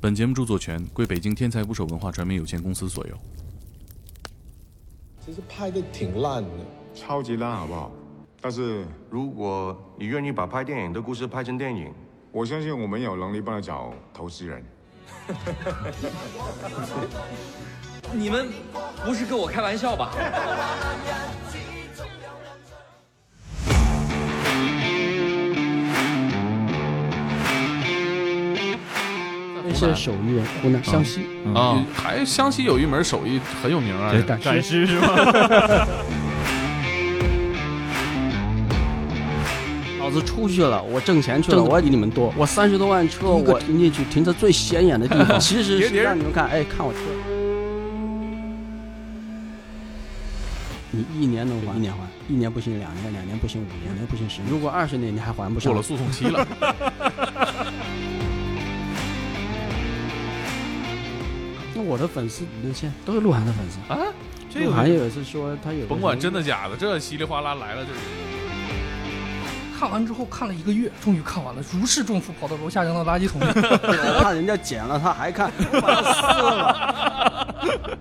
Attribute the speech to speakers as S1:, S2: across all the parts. S1: 本节目著作权归北京天才捕手文化传媒有限公司所有。
S2: 其实拍的挺烂的，
S3: 超级烂，好不好？但是
S4: 如果你愿意把拍电影的故事拍成电影，
S3: 我相信我们有能力帮他找投资人。
S5: 你们不是跟我开玩笑吧？
S6: 这是手艺人，湖南湘西。
S1: 啊、还湘西有一门手艺很有名啊，
S6: 对，但
S7: 展
S6: 是
S7: 示是吗？
S6: 老子出去了，我挣钱去了，我比你们多。我三十多万车，我停进去停在最显眼的地 方，其实是让你们看，哎，看我车。你一年能还一年还，一年不行两年，两年不行五年，两年不行十年。如果二十年你还还不
S1: 过
S6: 上
S1: 了，诉讼期了。
S6: 那我的粉丝里面现在都是鹿晗的粉丝
S1: 啊。
S7: 这
S6: 鹿
S7: 有
S6: 晗有一次说他有个
S1: 甭管
S6: 什
S1: 真
S6: 么
S1: 的假的，这稀里哗啦来了，这
S8: 看完之后看了一个月，终于看完了，如释重负，跑到楼下扔到垃圾 桶里。
S6: 我 怕人家剪了他 还看，我把他撕了。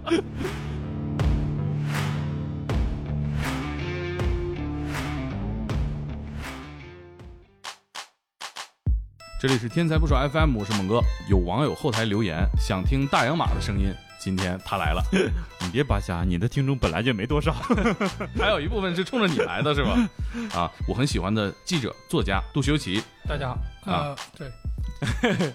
S1: 这里是天才捕手 FM，我是猛哥。有网友后台留言想听大洋马的声音，今天他来了。
S7: 你别扒瞎，你的听众本来就没多少。
S1: 还有一部分是冲着你来的，是吧？ 啊，我很喜欢的记者、作家杜修齐，
S8: 大家，
S1: 啊
S8: 呃，对，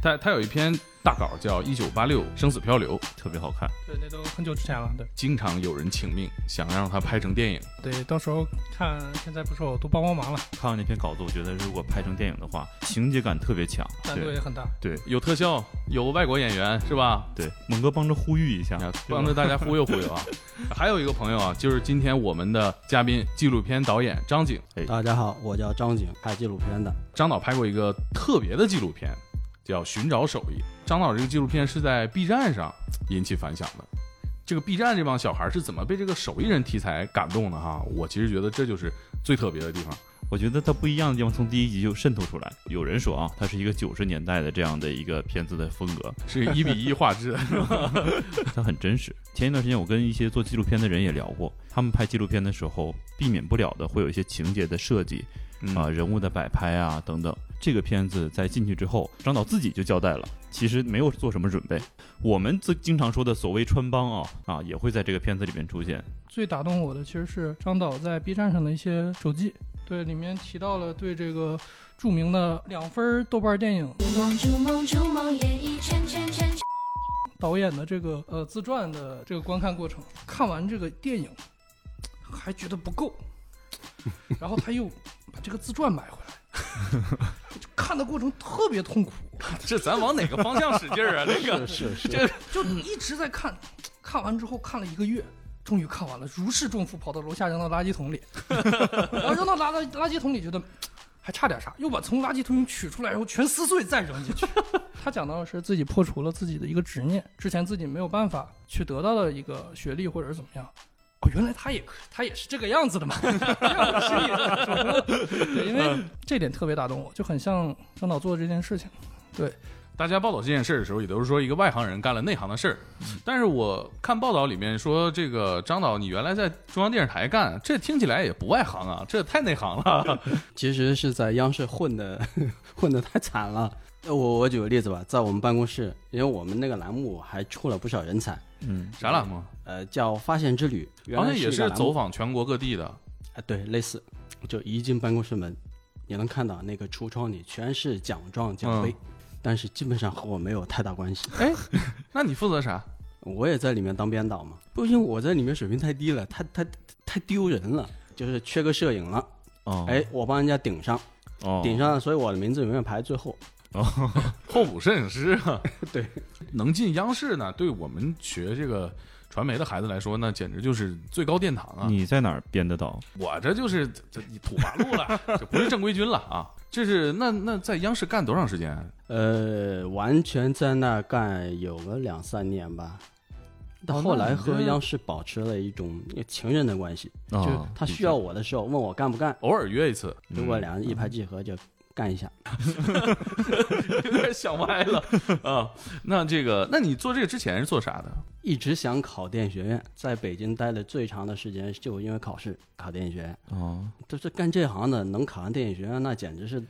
S1: 他他有一篇大稿叫《一九八六生死漂流》，
S7: 特别好看，
S8: 对，那都很久之前了，对，
S1: 经常有人请命想让他拍成电影。
S8: 对，到时候看现在不是我多帮帮忙了，
S7: 看完那篇稿子，我觉得如果拍成电影的话，情节感特别强。
S8: 难度
S7: 对
S8: 也很大。
S1: 有特效，有外国演员，是吧？
S7: 对，猛哥帮着呼吁一下
S1: 啊，
S7: 对吧
S1: 帮着大家忽悠忽悠啊！还有一个朋友啊，就是今天我们的嘉宾，纪录片导演张景。
S6: 大家好，我叫张景，拍纪录片的。
S1: 张导拍过一个特别的纪录片，叫《寻找手艺》。张导这个纪录片是在 B 站上引起反响的。这个 B 站这帮小孩是怎么被这个手艺人题材感动的哈？我其实觉得这就是最特别的地方。
S7: 我觉得它不一样的地方，从第一集就渗透出来。有人说啊，它是一个九十年代的这样的一个片子的风格，
S1: 是一比一画质 的，
S7: 它很真实。前一段时间我跟一些做纪录片的人也聊过，他们拍纪录片的时候，避免不了的会有一些情节的设计
S1: 嗯
S7: 啊、人物的摆拍啊等等。这个片子在进去之后，张导自己就交代了，其实没有做什么准备。我们自经常说的所谓穿帮啊啊，也会在这个片子里面出现。
S8: 最打动我的其实是张导在 B 站上的一些手记，对，里面提到了对这个著名的两分豆瓣电影
S9: 梦逐梦逐梦演艺圈圈圈圈
S8: 导演的这个呃自传的这个观看过程，看完这个电影还觉得不够，然后他又把这个自传买回来， 就看的过程特别痛苦，
S1: 这咱往哪个方向使劲儿啊？这个
S6: 是是
S8: 就一直在看，看完之后看了一个月。终于看完了，如释重负，跑到楼下扔到垃 圾桶里，然后扔到垃垃垃圾桶里，觉得还差点啥，又把从垃圾桶里取出来，然后全撕碎再扔进去。 他讲到的是自己破除了自己的一个执念，之前自己没有办法去得到的一个学历或者是怎么样。哦，原来他也可他也是这个样子的嘛，这 样的心理的转折 对，因
S1: 嗯
S8: 为这点特别打动我，就很像张导做的这件事情。
S1: 大家报道这件事儿的时候，也都是说一个外行人干了内行的事儿。但是我看报道里面说，这个张导你原来在中央电视台干，这听起来也不外行啊，这太内行 了。
S6: 其实是在央视混的，混的太惨了。我我举个例子吧，在我们办公室，因为我们那个栏目还出了不少人才，
S7: 嗯，
S1: 啥栏目？
S6: 呃，叫《发现之旅》，原
S1: 好
S6: 来
S1: 像哦也
S6: 一个
S1: 是
S6: 栏目
S1: 走，访全国各地的。
S6: 哎对，类似，就一进办公室门，你能看到那个橱窗里全是奖状奖
S1: 嗯
S6: 杯，但是基本上和我没有太大关系。
S1: 哎，那你负责啥？
S6: 我也在里面当编导嘛，不因为我在里面水平太低了，太太太丢人了，就是缺个摄影了，
S7: 哦，
S6: 哎，我帮人家顶上，
S7: 哦，
S6: 顶上了，所以我的名字永远排最后。
S1: 候补摄影师啊，
S6: 对，
S1: 能进央视呢，对我们学这个传媒的孩子来说，那简直就是最高殿堂啊！
S6: 嗯
S7: 你在哪儿编的导？
S1: 我这就是这这你土八路 了，这不是正规军了啊！这是那那在央视干多长时间？
S6: 呃，完全在那儿干有个两三年吧。但
S1: 哦
S6: 后
S1: 那
S6: 来
S1: 你
S6: 和
S1: 这
S6: 央视保持了一种情人的关系，
S1: 哦
S7: 啊
S6: 就他需要我的时候问我干不干，
S1: 偶尔约一次，
S6: 如果两人一拍即合就干一下。
S1: 有点 想歪了啊。那这个，那你做这个之前是做啥的？
S6: 一直想考电影学院，在北京待的最长的时间就因为考试考电影学院。
S7: 哦，
S6: 就是干这行的，能考上电影学院，那简直是，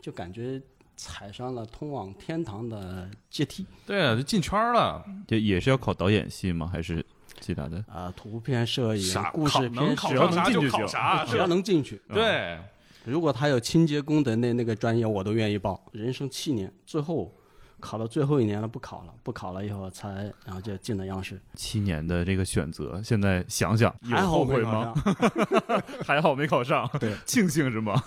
S6: 就感觉踩上了通往天堂的阶梯。
S1: 对啊，就进圈儿了，
S7: 这也是要考导演系吗？还是其他的？
S6: 啊、图片摄影
S1: 啥、
S6: 故
S1: 考
S6: 事
S1: 能
S6: 片
S1: 考
S6: 摄
S1: 上啥嗯就
S7: 只要能进去
S1: 考
S7: 就
S1: 啥，
S6: 啊
S1: 啊
S6: 只
S1: 是
S6: 要
S1: 吧？
S6: 能进去，
S1: 对，
S6: 如果他有清洁工的那那个专业，我都愿意报。人生七年，最后考到最后一年了，不考了，不考了以后才，然后就进了央视，
S7: 七年的这个选择，现在想想有
S6: 还好
S7: 后
S6: 我
S7: 悔
S6: 没考
S7: 吗？
S6: 上。
S7: 还好没考上，
S6: 对，
S7: 庆幸是吗？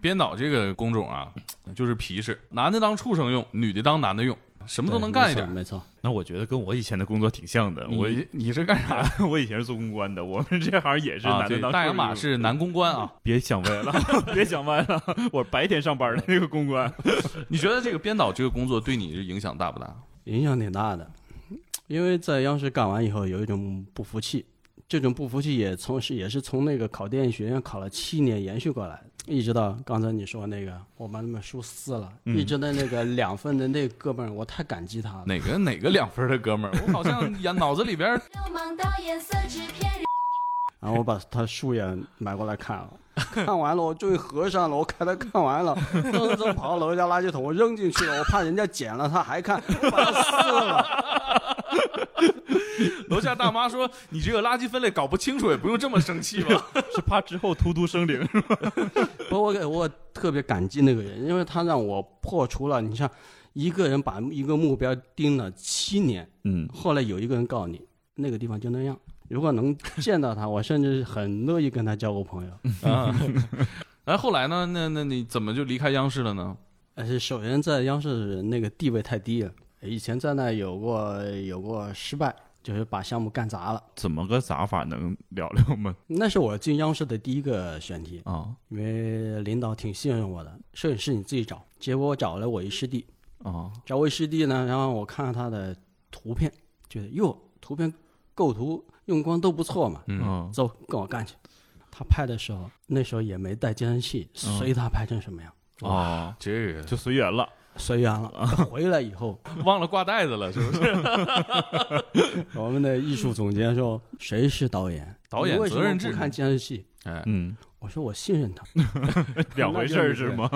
S1: 编导这个工种啊，就是皮实，男的当畜生用，女的当男的用，什么都能干一点
S6: 对。没错，没错
S7: 那我觉得跟我以前的工作挺像的，我
S1: 你你是干啥的？
S7: 我以前是做公关的，我们这行也是
S1: 啊
S7: 男的
S1: 对
S7: 当
S1: 大
S7: 助
S1: 洋
S7: 理
S1: 马是男公关啊。
S7: 别想歪了， 别想歪了，我白天上班的那个公关。
S1: 你觉得这个编导这个工作对你是影响大不大？
S6: 影响挺大的，因为在央视干完以后，有一种不服气，这种不服气也从是也是从那个考电影学院考了七年延续过来，一直到刚才你说那个我把那本书撕了，
S7: 嗯
S6: 一直到那个两份的那哥们儿，我太感激他了。
S1: 哪个哪个两分的哥们儿？我好像 眼脑子里边
S9: 流氓导演色纸片人，
S6: 然后我把他书也买过来看了，看完了我终于合上了，我看他看完了，噔噔跑到楼下垃圾桶，我扔进去了，我怕人家捡了他还看，我把它撕了。
S1: 楼下大妈说：“你这个垃圾分类搞不清楚，也不用这么生气吧
S7: 是怕之后突突生灵。
S6: 不，我给我特别感激那个人，因为他让我破除了，你像一个人把一个目标盯了七年，
S7: 嗯，
S6: 后来有一个人告诉你那个地方就那样，如果能见到他，我甚至很乐意跟他交个朋友。？”
S1: 啊，然后后来呢？那那你怎么就离开央视了呢？
S6: 而且哎首先在央视那个地位太低了，哎以前在那有过有过失败，就是把项目干砸了。
S7: 怎么个砸法能聊聊吗？
S6: 那是我进央视的第一个选题，
S7: 啊
S6: 因为领导挺信任我的，摄影师你自己找。结果我找了我一师弟，
S7: 啊，
S6: 找我一师弟呢，然后我看了他的图片，觉得哟，图片构图用光都不错嘛，
S1: 哦
S7: 嗯
S6: 走，跟我干去。他拍的时候，那时候也没带监视器，
S7: 嗯
S6: 随他拍成什么样，
S7: 啊，
S1: 这个
S7: 就随缘了。
S6: 随缘了。回来以后，
S1: 忘了挂袋子了，是不是？
S6: 我们的艺术总监说：“谁是导演？
S1: 导演
S6: 你为什么
S1: 责任制
S6: 不看监视器。
S1: 哎，
S7: 嗯，”
S6: 我说：“我信任他。
S7: 两回事儿是吗？”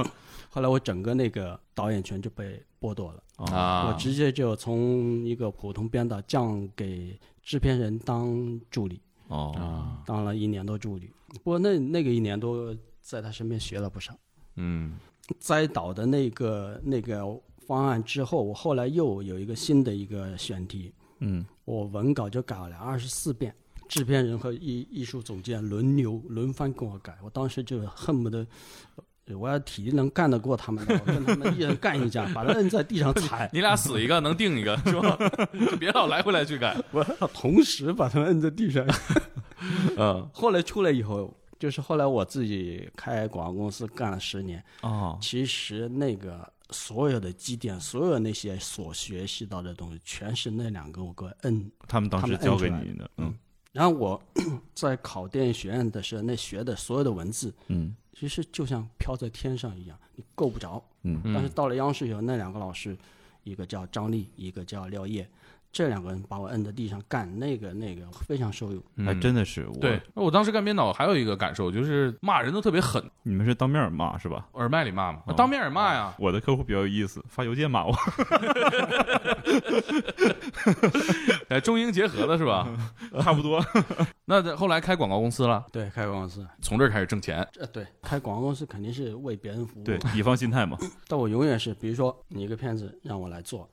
S6: 后来我整个那个导演权就被剥夺了，
S7: 啊，
S1: 啊，
S6: 我直接就从一个普通编导降给制片人当助理，
S7: 哦，
S1: 啊，
S6: 当了一年多助理。不过那那个一年多，在他身边学了不少。
S1: 嗯，
S6: 栽倒的那个那个方案之后，我后来又有一个新的一个选题，
S7: 嗯，
S6: 我文稿就改了二十四遍，制片人和艺艺术总监轮流轮番跟我改，我当时就恨不得。呃我要体力能干得过他们的，我跟他们一人干一架，把他摁在地上 踩
S1: 你俩死一个能定一个 是吧？就别老来回来去改。
S6: 我要同时把他们摁在地上。
S1: 嗯
S6: 后来出来以后，就是后来我自己开广告公司干了十年，
S7: 哦，
S6: 其实那个所有的积淀，所有那些所学习到的东西，全是那两个我给摁。
S7: 他们当时教给你的，嗯
S6: 然后我 在考电影学院的时候，那学的所有的文字，
S7: 嗯
S6: 其实就像飘在天上一样，你够不着。
S7: 嗯，
S6: 但是到了央视以后，那两个老师，一个叫张丽，一个叫廖烨，这两个人把我摁在地上干，那个那个非常受用。
S1: 嗯
S7: 还真的是我。
S1: 对，，我当时干编导还有一个感受就是骂人都特别狠，
S7: 你们是当面骂是吧？
S1: 耳麦里骂嘛
S7: 哦，
S1: 当面也骂呀。
S7: 我的客户比较有意思，发邮件 骂我。
S1: 哎，中英结合的是吧？
S7: 差不多。
S1: 那在后来开广告公司了，
S6: 对，开广告公司，
S1: 从这儿开始挣钱。
S6: 这对开广告公司肯定是为别人服务。
S7: 对，乙方心态嘛。
S6: 但我永远是，比如说你一个片子让我来做，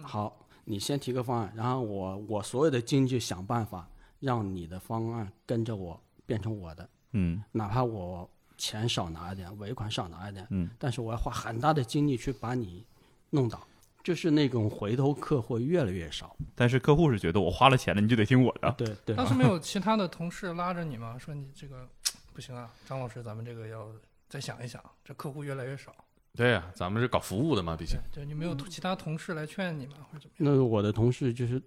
S6: 好，你先提个方案，然后我我所有的精力去想办法让你的方案跟着我变成我的，
S7: 嗯
S6: 哪怕我钱少拿一点，尾款少拿一点，
S7: 嗯，
S6: 但是我要花很大的精力去把你弄倒，就是那种回头客会越来越少。
S7: 但是客户是觉得我花了钱了，你就得听我的。
S6: 对对
S8: 当时没有其他的同事拉着你吗？说你这个不行啊，张老师，咱们这个要再想一想，这客户越来越少。
S1: 对呀、咱们是搞服务的嘛，毕竟
S8: 对。，就你没有其他同事来劝你吗？或者怎么
S6: 那个我的同事就是，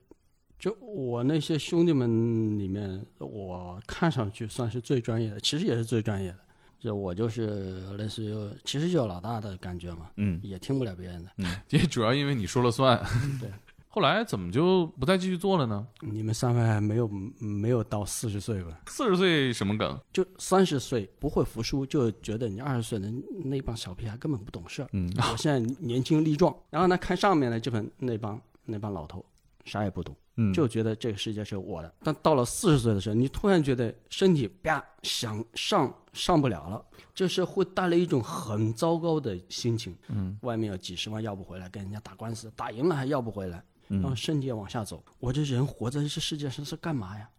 S6: 就我那些兄弟们里面，我看上去算是最专业的，其实也是最专业的。就我就是类似于其实就是老大的感觉嘛，
S7: 嗯，
S6: 也听不了别人的。
S1: 也主要因为你说了算。
S6: 对，
S1: 后来怎么就不再继续做了呢？
S6: 你们三位还没有没有到四十岁吧？
S1: 四十岁什么梗？
S6: 就三十岁不会服输，就觉得你二十岁的那帮小屁孩根本不懂事儿。
S7: 嗯，
S6: 我现在年轻力壮，然后呢，看上面的这帮那帮那帮老头，啥也不懂，
S7: 嗯
S6: 就觉得这个世界是我的。但到了四十岁的时候，你突然觉得身体啪想上上不了了，就是会带来一种很糟糕的心情。嗯，外面有几十万要不回来，跟人家打官司，打赢了还要不回来。
S7: 嗯
S6: 然后身体也往下走，我这人活在这世界上是干嘛呀？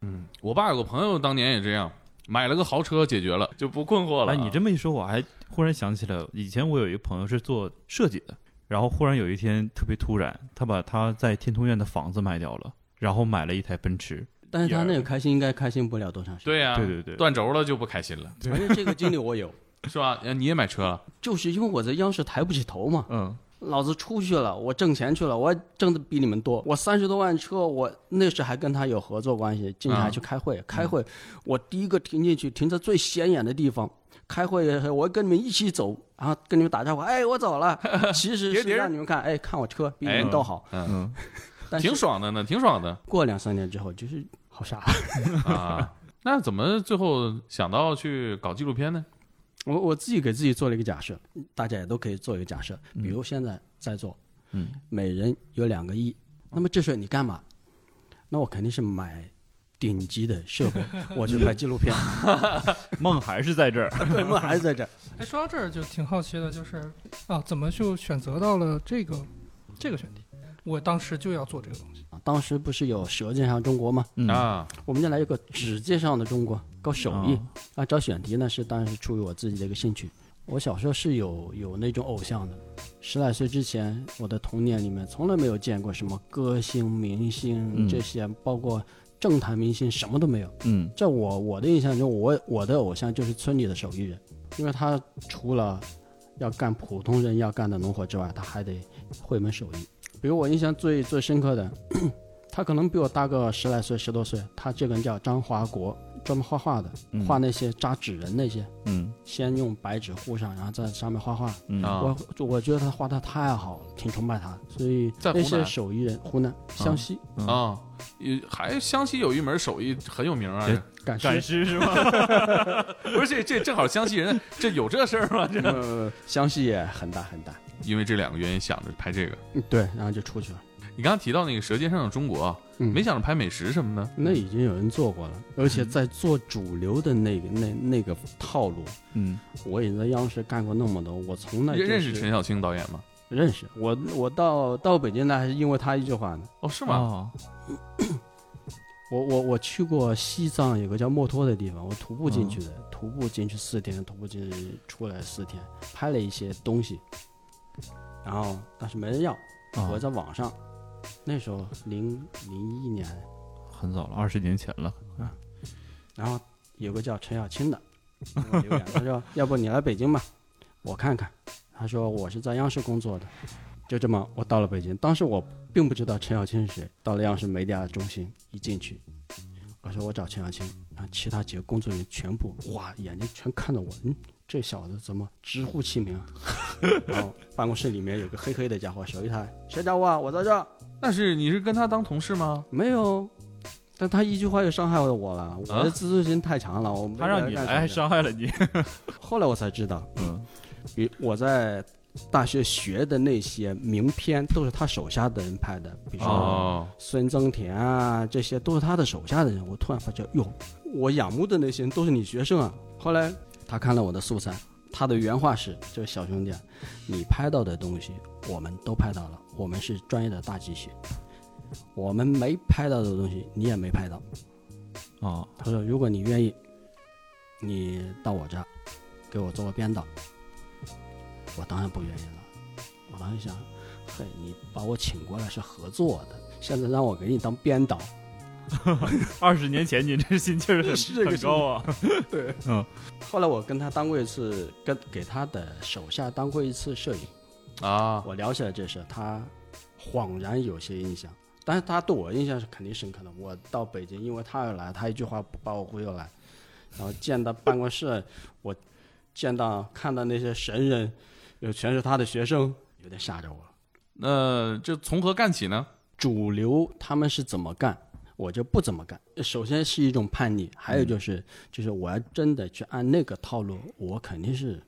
S1: 我爸有个朋友当年也这样，买了个豪车解决了，就不困惑了。
S7: 哎，你这么一说，我还忽然想起来，以前我有一个朋友是做设计的，然后忽然有一天特别突然，他把他在天通苑的房子卖掉了，然后买了一台奔驰。
S6: 但是他
S7: 也
S6: 那个开心应该开心不了多长时 间。
S1: 对呀、
S7: 对对对
S1: 断轴了就不开心了，
S6: 反正这个经历我有，
S1: 是吧？呃你也买车了，
S6: 就是因为我在央视抬不起头嘛，
S7: 嗯，
S6: 老子出去了，我挣钱去了，我挣的比你们多，我三十多万车，我那时还跟他有合作关系，进
S1: 啊
S6: 台去开会，开会，我第一个停进去，停在最显眼的地方。开会的时候，我跟你们一起走，然后跟你们打招呼，哎，我走了。其 实
S1: 别
S6: 是
S1: 别人
S6: 让你们看，哎，看我车比你
S1: 哎
S6: 们都好。
S1: 嗯
S6: 但是
S1: 挺爽的呢，挺爽的
S6: 过两三年之后，就是好傻。
S1: 啊。那怎么最后想到去搞纪录片呢？
S6: 我我自己给自己做了一个假设，大家也都可以做一个假设，比如现在在座，
S7: 嗯，
S6: 每人有两个亿，那么这时候你干嘛？那我肯定是买顶级的设备，我去拍纪录片，
S7: 梦还是在这 儿。
S6: 为什么还是在这儿？
S8: 哎，说到这儿就挺好奇的，就是啊，怎么就选择到了这个这个选题？我当时就要做这个东西，
S6: 啊当时不是有《舌尖上的中国》吗？
S7: 嗯，
S1: 啊，
S6: 我们就来一个指尖上的中国，搞手艺。
S7: 哦
S6: 啊，找选题呢是当然是出于我自己的一个兴趣。我小时候是有有那种偶像的，十来岁之前，我的童年里面从来没有见过什么歌星、明
S7: 嗯
S6: 星这些，包括政坛明星，什么都没有。
S7: 嗯
S6: 在我我的印象中，我我的偶像就是村里的手艺人，因为他除了要干普通人要干的农活之外，他还得会门手艺。比如我印象最最深刻的，他可能比我大个十来岁、十多岁，他这个人叫张华国，专门画画的，
S7: 嗯
S6: 画那些扎纸人那些，
S7: 嗯
S6: 先用白纸糊上，然后在上面画画。
S7: 嗯
S1: 啊
S6: 我就我觉得他画的太好了，挺崇拜他的，所以
S1: 在湖
S6: 那些
S1: 南
S6: 手艺人，湖南湘西
S7: 嗯
S1: 啊，也还湘西有一门手艺很有名啊，
S7: 哎
S6: 赶尸
S7: 赶尸是吗？
S1: 不是这这正好湘西人这有这事儿吗？这
S6: 呃，湘西也很大很大。
S1: 因为这两个原因想着拍这个。
S6: 嗯对，然后就出去了。
S1: 你刚刚提到那个《舌尖上的中国》啊，
S6: 嗯
S1: 没想着拍美食什么的，
S6: 那已经有人做过了，而且在做主流的那个那那个套路，
S7: 嗯
S6: 我已经在央视干过那么多，我从来就
S1: 认
S6: 是
S1: 认识陈小青导演吗？
S6: 认识我我到到北京来还是因为他一句话呢。
S1: 哦，是
S7: 是
S1: 吗？
S7: 吗？
S6: 我我我去过西藏有个叫墨脱的地方，我徒步进去的，徒步进去四天，徒步进去出来四天，拍了一些东西，然后但是没人要，
S7: 啊
S6: 我在网上，那时候零零一年，
S7: 很早了，二十年前了。
S6: 然后有个叫陈小青的， 我留言他说：“要不你来北京吧，我看看。”他说：“我是在央视工作的。”就这么，我到了北京。当时我并不知道陈小青是谁。到了央视梅地亚中心一进去，我说我找陈小青，然后其他几个工作人员全部哇，眼睛全看着我，嗯，这小子怎么直呼其名啊？然后办公室里面有个黑黑的家伙，手一抬，谁找我啊？我在这儿。
S1: 但是你是跟他当同事吗？
S6: 没有，但他一句话就伤害了我了，我的自尊心太强了，我没
S7: 啊他让你
S6: 干什么
S7: 来，还
S6: 的
S7: 伤害了你。
S6: 后来我才知道，
S7: 嗯，
S6: 比我在大学学的那些名片都是他手下的人拍的，比如说
S1: 哦，
S6: 孙增田啊，这些都是他的手下的人。我突然发觉，哟，我仰慕的那些人都是你学生啊。后来他看了我的素材，他的原话是：“这个小兄弟啊，你拍到的东西我们都拍到了，我们是专业的大机器，我们没拍到的东西你也没拍到。”
S7: 啊，
S6: 他说：“如果你愿意，你到我这儿给我做个编导。”我当然不愿意了。我当时想，嘿，你把我请过来是合作的，现在让我给你当编导，
S7: 二十年前你这心气儿很
S6: 是这个
S7: 很
S6: 心
S7: 高啊。
S6: 对，
S7: 嗯。
S6: 后来我跟他当过一次，跟给他的手下当过一次摄影，
S1: 啊，
S6: 我聊起来这事，他恍然有些印象。但是他对我印象是肯定深刻的。我到北京，因为他而来，他一句话不把我忽悠来，然后见到办公室，我见到看到那些神人，有全是他的学生，有点吓着我了。
S1: 那这从何干起呢？
S6: 主流他们是怎么干，我就不怎么干。首先是一种叛逆，还有就是、就是我要真的去按那个套路，我肯定是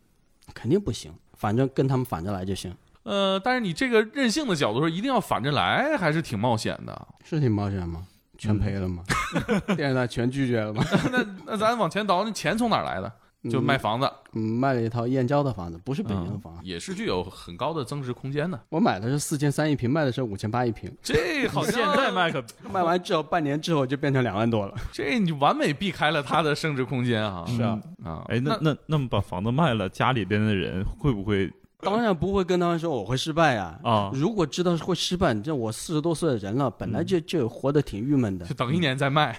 S6: 肯定不行，反正跟他们反着来就行，
S1: 呃，但是你这个任性的角度说，一定要反着来，还是挺冒险的。
S6: 是挺冒险吗？全赔了吗？ 电视台全拒绝了吗？
S1: 那那咱往前倒，那钱从哪儿来的？就卖房子，
S6: 嗯卖了一套燕郊的房子，不是北京的
S1: 嗯
S6: 房子。
S1: 也是具有很高的增值空间的。
S6: 我买的是四千三一平，卖的是五千八一平，
S1: 这好像
S7: 现在卖可
S6: 卖完之后半年之后就变成两万多了。
S1: 这你完美避开了它的升值空间啊！
S6: 是啊，
S1: 啊，
S7: 哎，那那那么把房子卖了，家里边的人会不会
S6: 当然不会跟他们说我会失败呀、
S7: 啊
S6: 如果知道会失败，你这我四十多岁的人了，本来就就活得挺郁闷的
S1: 就。等一年再卖。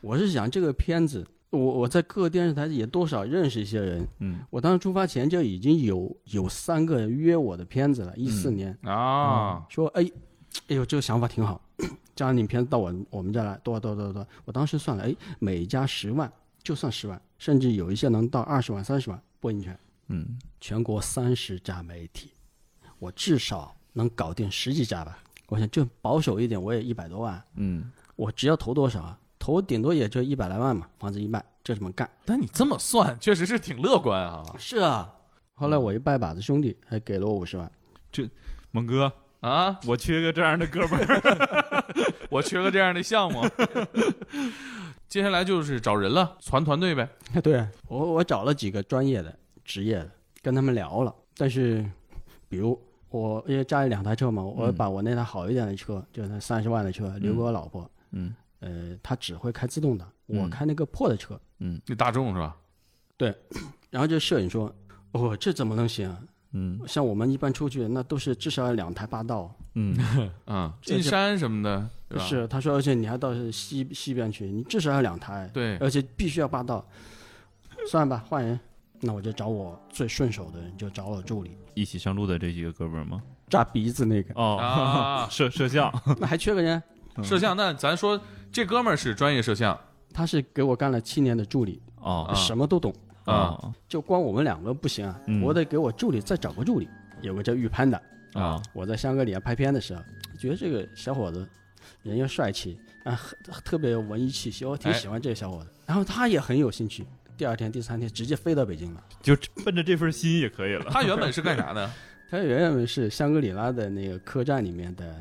S6: 我是想这个片子，我我在各电视台也多少认识一些人。
S7: 嗯，
S6: 我当时出发前就已经有有三个约我的片子了，一四年、
S1: 啊，
S6: 说哎，哎呦这个想法挺好， 这样你片子到我我们这儿来多少多少多少多少，我当时算了，哎，每家十万，就算十万，甚至有一些能到二十万三十万播映权。
S7: 嗯
S6: 全国三十家媒体，我至少能搞定十几家吧。我想就保守一点，我也一百多万，
S7: 嗯
S6: 我只要投多少啊？投顶多也就一百来万嘛，房子一卖，这怎么干？
S1: 但你这么算，确实是挺乐观啊
S6: 是啊。后来我一拜把子兄弟还给了我五十万，
S7: 猛哥，
S1: 啊！
S7: 我缺个这样的哥们儿。
S1: 我缺个这样的项目。 接下来就是找人了，传团队呗。
S6: 对、我我找了几个专业的、职业的，跟他们聊了。但是，比如我因为家里两台车嘛，我把我那台好一点的车，就是那三十万的车留给我老婆，
S7: 嗯
S6: 呃，她只会开自动挡，我
S7: 嗯
S6: 开那个破的车，
S1: 那大众是吧？
S6: 然后就摄影说：“哦，这怎么能行、啊？
S7: 嗯
S6: 像我们一般出去，那都是至少要两台霸道。
S7: 嗯
S1: 嗯，
S6: 这
S1: 金
S6: 就
S1: 山什么的，对吧？
S6: 是，他说，而且你还到是西西边去，你至少要两台，
S1: 对
S6: 而且必须要霸道。算吧，换人。那我就找我最顺手的人，就找我助理。
S7: 一起上路的这几个哥们儿吗？
S6: 扎鼻子 那个，
S7: 哦
S1: 啊，
S7: 摄摄像，
S6: 那还缺个人。
S1: 摄像。那咱说这哥们儿是专业摄像
S6: 他是给我干了七年的助理，
S7: 哦
S6: 什么都懂，哦
S1: 啊
S7: 啊
S6: 就光我们两个不行啊，
S7: 嗯
S6: 我得给我助理再找个助理。有个叫玉潘的，
S7: 啊，
S6: 我在香格里拉拍片的时候，觉得这个小伙子人又帅气啊，很特别有文艺气息，我挺
S1: 哎
S6: 喜欢这个小伙子。然后他也很有兴趣，第二天、第三天直接飞到北京了。
S7: 就奔着这份心也可以了。
S1: 他原本是干啥 的？
S6: 他原本是香格里拉的那个客栈里面的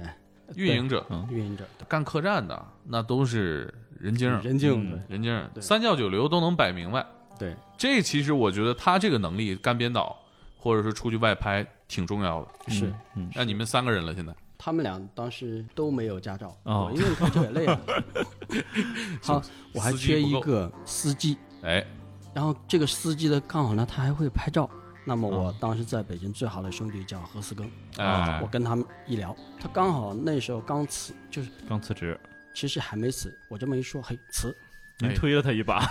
S1: 运营者，
S6: 运营者，
S1: 干客栈的那都是人精儿，
S6: 人精、
S7: 嗯
S1: 人精儿，
S6: 对
S1: 三教九流都能摆明白。
S6: 对，
S1: 这其实我觉得他这个能力干编导，或者是出去外拍挺重要的。
S6: 对是。
S7: 嗯，
S1: 那你们三个人了，现在
S6: 他们俩当时都没有驾照，
S7: 哦
S6: 我因为开车也 累啊。好，我还
S1: 司机
S6: 缺
S1: 不
S6: 一
S1: 够
S6: 个司机，
S1: 哎，
S6: 然后这个司机的刚好呢，他还会拍照。那么
S1: 哦
S6: 我当时在北京最好的兄弟叫何思庚，
S1: 哎
S6: 我跟他们一聊，他刚好那时候刚辞，就是
S7: 嗯刚辞职，
S6: 其实还没辞。我这么一说，嘿，辞，
S7: 您
S1: 哎
S7: 推了他一把。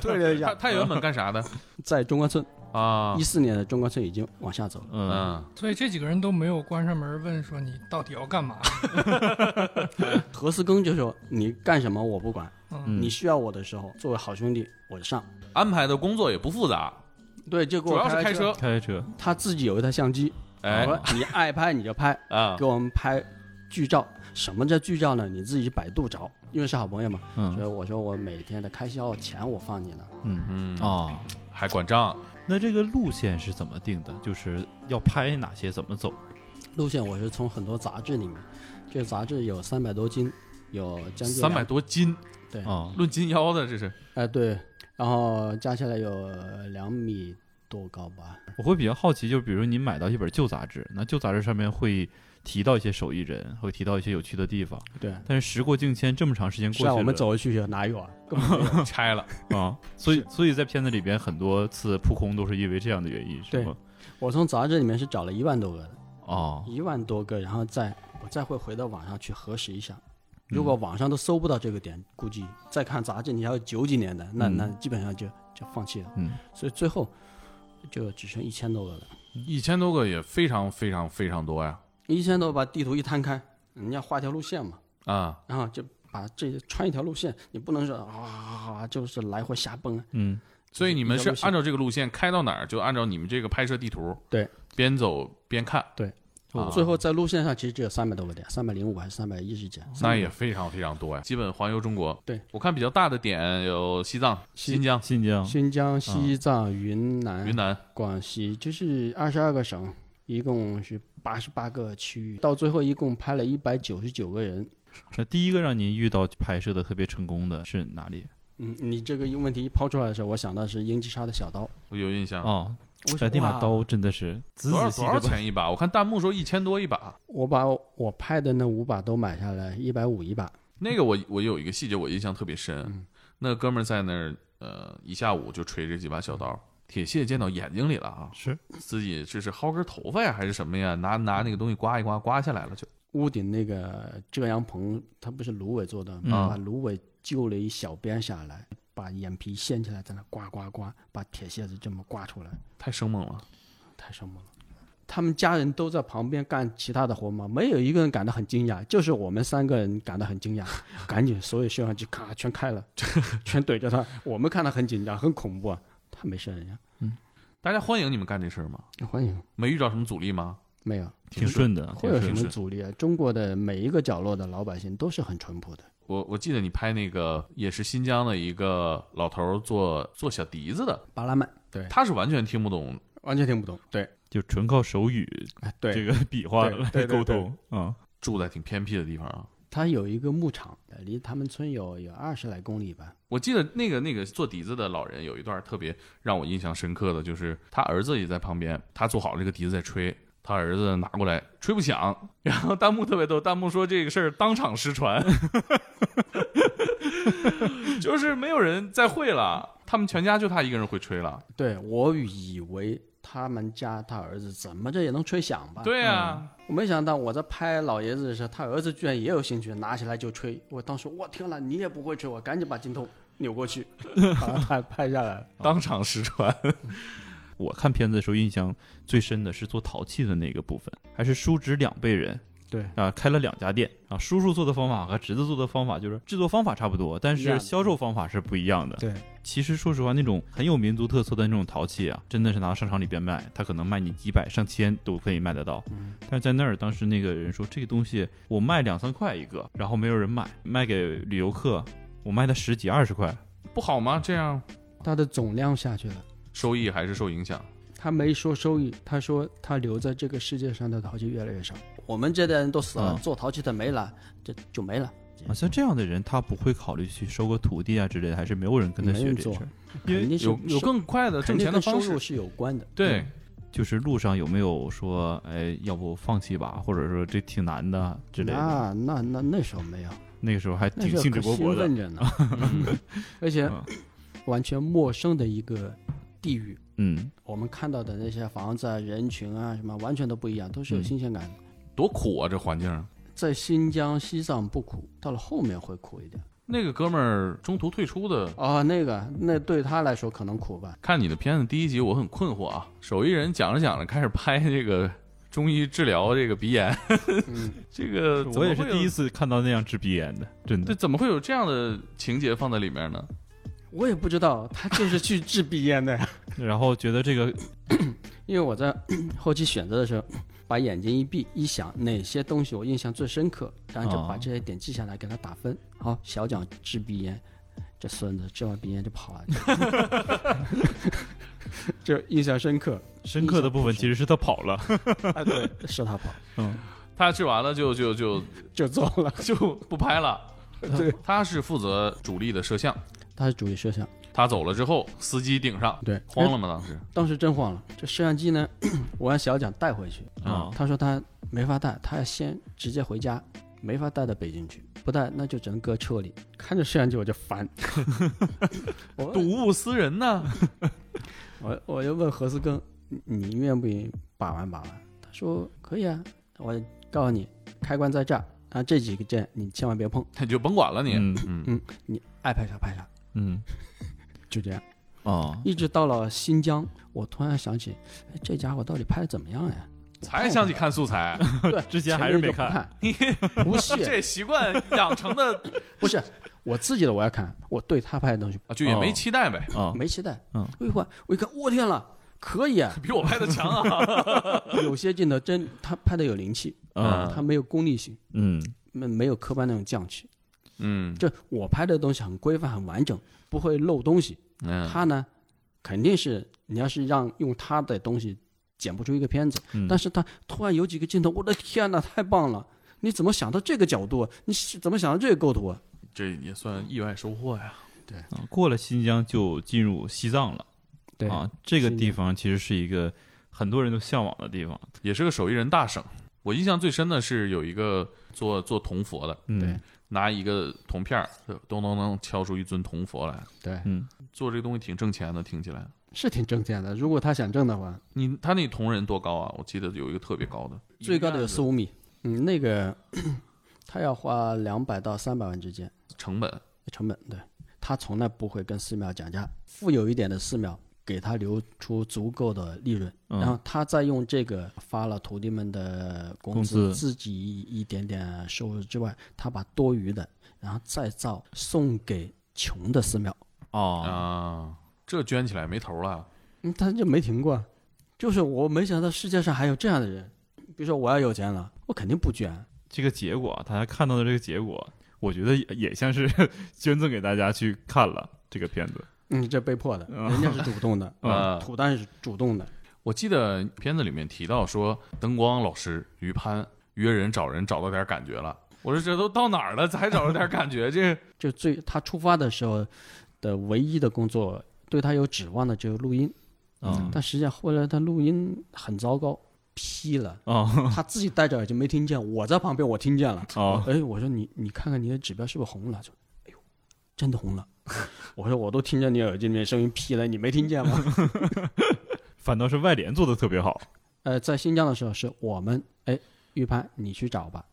S6: 对了一
S1: 他，他原本干啥的
S6: 在中关村，
S1: 啊
S6: 一？四年的中关村已经往下走了。
S7: 嗯
S1: 嗯，
S8: 所以这几个人都没有关上门问说你到底要干嘛。
S6: 何思庚就说：“你干什么我不管，
S8: 嗯，
S7: 嗯
S6: 你需要我的时候，作为好兄弟我就上。
S1: 安排的工作也不复杂，”
S6: 对，就给
S1: 主
S6: 我
S1: 要是开
S6: 开
S1: 车，。
S7: 开车
S6: 他自己有一台相机，
S1: 哎
S6: 我说你爱拍你就拍，
S1: 啊
S6: 给我们拍剧照。什么叫剧照呢？你自己百度找，因为是好朋友嘛。所以
S7: 嗯
S6: 我说我每天的开销钱我放你了。
S7: 嗯
S1: 嗯
S7: 哦，
S1: 还管账，
S7: 那这个路线是怎么定的？就是要拍哪些，怎么走？
S6: 路线我是从很多杂志里面，这个杂志有三百多斤，有将近
S1: 三百
S6: 两
S1: 多斤，
S6: 对，哎、
S7: 啊
S1: 论斤腰的这 是。
S6: 对，然后加起来有两米多高吧。
S7: 我会比较好奇，就是比如您买到一本旧杂志，那旧杂志上面会提到一些手艺人，会提到一些有趣的地方。
S6: 对，
S7: 但是时过境迁，这么长时间过去
S6: 是
S7: 了，
S6: 啊，我们走去有哪有啊？
S1: 拆了，
S7: 啊，所以所以在片子里边很多次扑空都是因为这样的原因，是
S6: 对
S7: 吗？
S6: 我从杂志里面是找了一万多个的，
S7: 哦，
S6: 一万多个，然后再我再会回到网上去核实一下。
S7: 嗯
S6: 如果网上都搜不到这个点，估计再看杂志，你还有九几年的，那
S7: 嗯
S6: 那基本上就就放弃了。
S7: 嗯，
S6: 所以最后就只剩一千多个了。
S1: 一千多个也非常非常非常多呀。
S6: 一千多把地图一摊开，人家画条路线嘛，
S1: 啊，
S6: 啊然后就把这穿一条路线，你不能说啊，就是来回瞎蹦啊，
S7: 嗯
S1: 所以你们
S6: 一条
S1: 是
S6: 路线
S1: 按照这个路线开到哪儿就按照你们这个拍摄地图，
S6: 对，
S1: 边走边看，啊
S6: 最后在路线上其实只有三百多个点，三百零五还是三百一十几？啊
S1: 那也非常非常多呀，基本环游中国。
S6: 对
S1: 我看比较大的点有西嗯藏、
S6: 西
S1: 新疆、
S7: 新疆
S6: 新疆、西
S7: 嗯
S6: 藏、云南、
S1: 云南，
S6: 广西，就是二十二个省，一共是八十八个区域，到最后一共拍了一百九十九个人。
S7: 那第一个让您遇到拍摄的特别成功的是哪里？
S6: 嗯，你这个问题一抛出来的时候，我想到是英吉沙的小刀，
S1: 我有印
S6: 啊
S1: 象。
S7: 哦，
S6: 我
S7: 哎，
S6: 想
S7: 那把
S6: 哇
S7: 刀真的是仔
S1: 多少
S7: 仔细
S1: 多少
S7: 细
S1: 钱一把？我看弹幕说一千多一把。
S6: 我把我拍的那五把都买下来，一百五一把。
S1: 那个我我有一个细节我印象特别深，那哥们儿在那儿呃一下午就锤这几把小刀，铁屑溅到眼睛里了啊！
S7: 是
S1: 自己这是薅根头发呀还是什么呀？拿拿那个东西刮一刮，刮下来了就。
S6: 屋顶那个遮阳棚，它不是芦苇做的吗，
S7: 嗯
S6: 把芦苇揪了一小边下来，把眼皮掀起来，在那刮刮刮，把铁屑子这么刮出来，
S1: 太生猛了，
S6: 太生猛了。他们家人都在旁边干其他的活嘛，没有一个人感到很惊讶，就是我们三个人感到很惊讶， 赶紧所有摄像机咔全开了， 全怼着他。我们看他很紧张，很恐怖啊，他没事人呀。
S1: 大家欢迎你们干这事儿吗？
S6: 欢迎，
S1: 没遇到什么阻力吗？
S6: 没有，
S7: 挺顺的，
S6: 会有什
S7: 挺
S6: 么
S7: 顺。
S6: 阻力啊？中国的每一个角落的老百姓都是很淳朴的。
S1: 我我记得你拍那个也是新疆的一个老头儿做做小笛子的，
S6: 巴拉曼，对，
S1: 他是完全听不懂，
S6: 完全听不懂。对，
S7: 就纯靠手语
S6: 哎，
S7: 这
S6: 对，
S7: 个比划
S6: 对
S7: 来
S6: 对对
S7: 沟
S6: 对
S7: 通啊。
S1: 住在挺偏僻的地方啊。
S6: 他有一个牧场，离他们村有有二十来公里吧。
S1: 我记得那个那个做笛子的老人有一段特别让我印象深刻的，就是他儿子也在旁边，他做好了这个笛子在吹，他儿子拿过来吹不响，然后弹幕特别逗，弹幕说这个事儿当场失传， 就是没有人再会了，他们全家就他一个人会吹了。
S6: 对我以为他们家他儿子怎么着也能吹响吧？，
S1: 对啊，
S6: 我没想到我在拍老爷子的时候，他儿子居然也有兴趣，拿起来就吹。我当时我天了，你也不会吹，我赶紧把镜头扭过 去，把他拍下来了。
S1: 当场失传。
S7: 我看片子的时候，印象最深的是做陶器的那个部分，还是叔侄两辈人
S6: 对，
S7: 啊，开了两家店啊。叔叔做的方法和侄子做的方法就是制作方法差不多，但
S6: 一样
S7: 是
S6: 的
S7: 销售方法是不一样的。
S6: 对，
S7: 其实说实话，那种很有民族特色的那种陶器啊，真的是拿到商场里边卖，它可能卖你几百上千都可以卖得到。
S6: 嗯
S7: 但是在那儿，当时那个人说这个东西我卖两三块一个，然后没有人买，卖给旅游客，我卖他十几二十块。
S1: 不好吗？这样
S6: 他的总量下去了。
S1: 收益还是受影响。
S6: 他没说收益，他说他留在这个世界上的淘气越来越少。我们这代人都死了，
S7: 嗯
S6: 做淘气的没了，这就没了。
S7: 啊，像这样的人，他不会考虑去收个徒弟啊之类的，还是没有人跟他
S6: 没
S7: 学
S6: 人
S7: 这
S6: 做
S7: 事儿。因为
S6: 肯定是
S1: 有有
S6: 收
S1: 更快
S7: 呃
S1: 的挣
S6: 肯定
S1: 钱的
S6: 跟
S1: 方
S6: 收入
S1: 式，
S6: 是有嗯关的。
S1: 对，
S7: 就是路上有没有说，哎，要不放弃吧，或者说这挺难的之类的。
S6: 那啊那那那时候没有，
S7: 那个时候还
S6: 那
S7: 挺
S6: 时候
S7: 兴
S6: 可
S7: 致勃
S6: 兴
S7: 勃的
S6: 奋，着呢， 而且
S7: 嗯
S6: 完全陌生的一个地域，
S7: 嗯，
S6: 我们看到的那些房子啊、人群啊什么，完全都不一样，都是有
S7: 嗯
S6: 新鲜感的。
S1: 多苦啊！这环境。
S6: 在新疆、西藏不苦，到了后面会苦一点。
S1: 那个哥们儿中途退出的，
S6: 哦，那个，那对他来说可能苦 吧。
S1: 看你的片子第一集，我很困惑啊。手艺人讲着讲着开始拍这个中医治疗这个鼻炎，
S6: 嗯，
S1: 这个怎么
S7: 我也是
S1: 会有
S7: 第一，次看到那样治鼻炎的，真
S1: 对，
S7: 的。
S1: 怎么会有这样的情节放在里面呢？
S6: 我也不知道，他就是去治鼻炎的。
S7: 然后觉得这个
S6: 因为我在 后期选择的时候，把眼睛一闭一想，哪些东西我印象最深刻，然后就把
S7: 哦
S6: 这些点记下来，给他打分。好，小蒋治鼻炎，这孙子治完鼻炎就跑了， 就印象深刻。
S7: 深刻的部分其实是他跑了，
S6: 啊， 对，是他跑
S7: 嗯，
S1: 他治完了就就就
S6: 就走了。
S1: 就不拍了。
S6: 对，
S1: 他是负责主力的摄像，
S6: 他是主力摄像，
S1: 他走了之后，司机顶上，
S6: 对，
S1: 慌了吗？当时
S6: 哎。当时真慌了。这摄像机呢，我让小蒋带回去，
S7: 啊
S6: 他说他没法带，他要先直接回家，没法带到北京去，不带那就只能搁车里。看着摄像机我 就烦，我
S1: 睹
S6: 问
S1: 物思人呢，
S6: 我我就问何思更，你你愿不愿意把玩把玩？他说可以啊，我告诉你，开关在这儿啊，这几个键你千万别碰，
S1: 你就甭管了你。
S7: 嗯
S1: 嗯
S6: 嗯，你爱拍啥拍啥，
S7: 嗯
S6: 就这样。
S7: 啊，
S6: 一直到了新疆，我突然想起，哎这家伙到底拍的怎么样呀？
S1: 才想起看素 材，
S6: 对，
S7: 之前
S6: 前
S7: 还是
S6: 面
S7: 没
S6: 就不看，不屑，
S1: 这习惯养成的
S6: 不是，我自己的我要看，我对他拍的东西
S1: 啊，就也没
S7: 哦
S1: 期待呗，
S7: 啊，
S6: 没期待。
S7: 嗯，
S6: 我一看，我一看，我天了，可以 啊！
S1: 比我拍的强啊。
S6: 有些镜头真他拍的有灵气，
S7: 啊
S6: 他没有功利性，
S7: 嗯
S6: 没没有科班那种匠气。
S1: 嗯
S6: 就我拍的东西很规范、很完整，不会漏东西。
S1: 嗯
S6: 他呢，肯定是你要是让用他的东西剪不出一个片子，
S7: 嗯
S6: 但是他突然有几个镜头，我的天呐，太棒了！你怎么想到这个角度啊？你是怎么想到这个构图啊？
S1: 这也算意外收获呀。
S7: 啊过了新疆就进入西藏了
S6: 对
S7: 啊，这个
S6: 新
S7: 地
S6: 疆
S7: 方其实是一个很多人都向往的地方。
S1: 也是个手艺人大省。我印象最深的是有一个做做铜佛的，
S7: 嗯，
S1: 拿一个铜片儿，咚咚咚敲出一尊铜佛来。
S6: 对
S7: 嗯，
S1: 做这个东西挺挣钱的，听起来。
S6: 是挺挣钱的。如果他想挣的话，
S1: 你他那铜人多高啊？我记得有一个特别高的，
S6: 最高的有四
S1: 四
S6: 五米。嗯，那个 他要花两百到三百万之间
S1: 成本。
S6: 成本。对，他从来不会跟寺庙讲价，富有一点的寺庙给他留出足够的利润，
S7: 嗯
S6: 然后他再用这个发了徒弟们的工
S7: 工
S6: 资，
S7: 资
S6: 自己一点点收入之外，他把多余的，然后再造送给穷的寺庙。
S7: 哦，
S1: 啊，这捐起来没头了。
S6: 嗯，他就没停过啊，就是我没想到世界上还有这样的人。比如说我要有钱了，我肯定不捐。
S7: 这个结果，大家看到的这个结果，我觉得也也像是 捐赠给大家去看了这个片子。
S6: 嗯，这被迫的，人家是主动 的，
S1: 啊
S6: 土蛋是主动的，
S1: 我记得片子里面提到说，灯光老师于潘约人找人找到点感觉了。我说这都到哪儿了，才找到点感觉？这
S6: 就最他出发的时候的唯一的工作，对他有指望的只有录音，
S7: 嗯，
S6: 但实际上后来他录音很糟糕，劈了
S7: 哦
S6: 他自己戴着耳机没听见，我在旁边我听见了，
S7: 哦，
S6: 哎，我说你你看看你的指标是不是红了？就，哎呦，真的红了，我说我都听见你耳机里面声音劈了，你没听见吗？
S7: 反倒是外联做的特别好。
S6: 呃，在新疆的时候是我们哎预判你去找吧，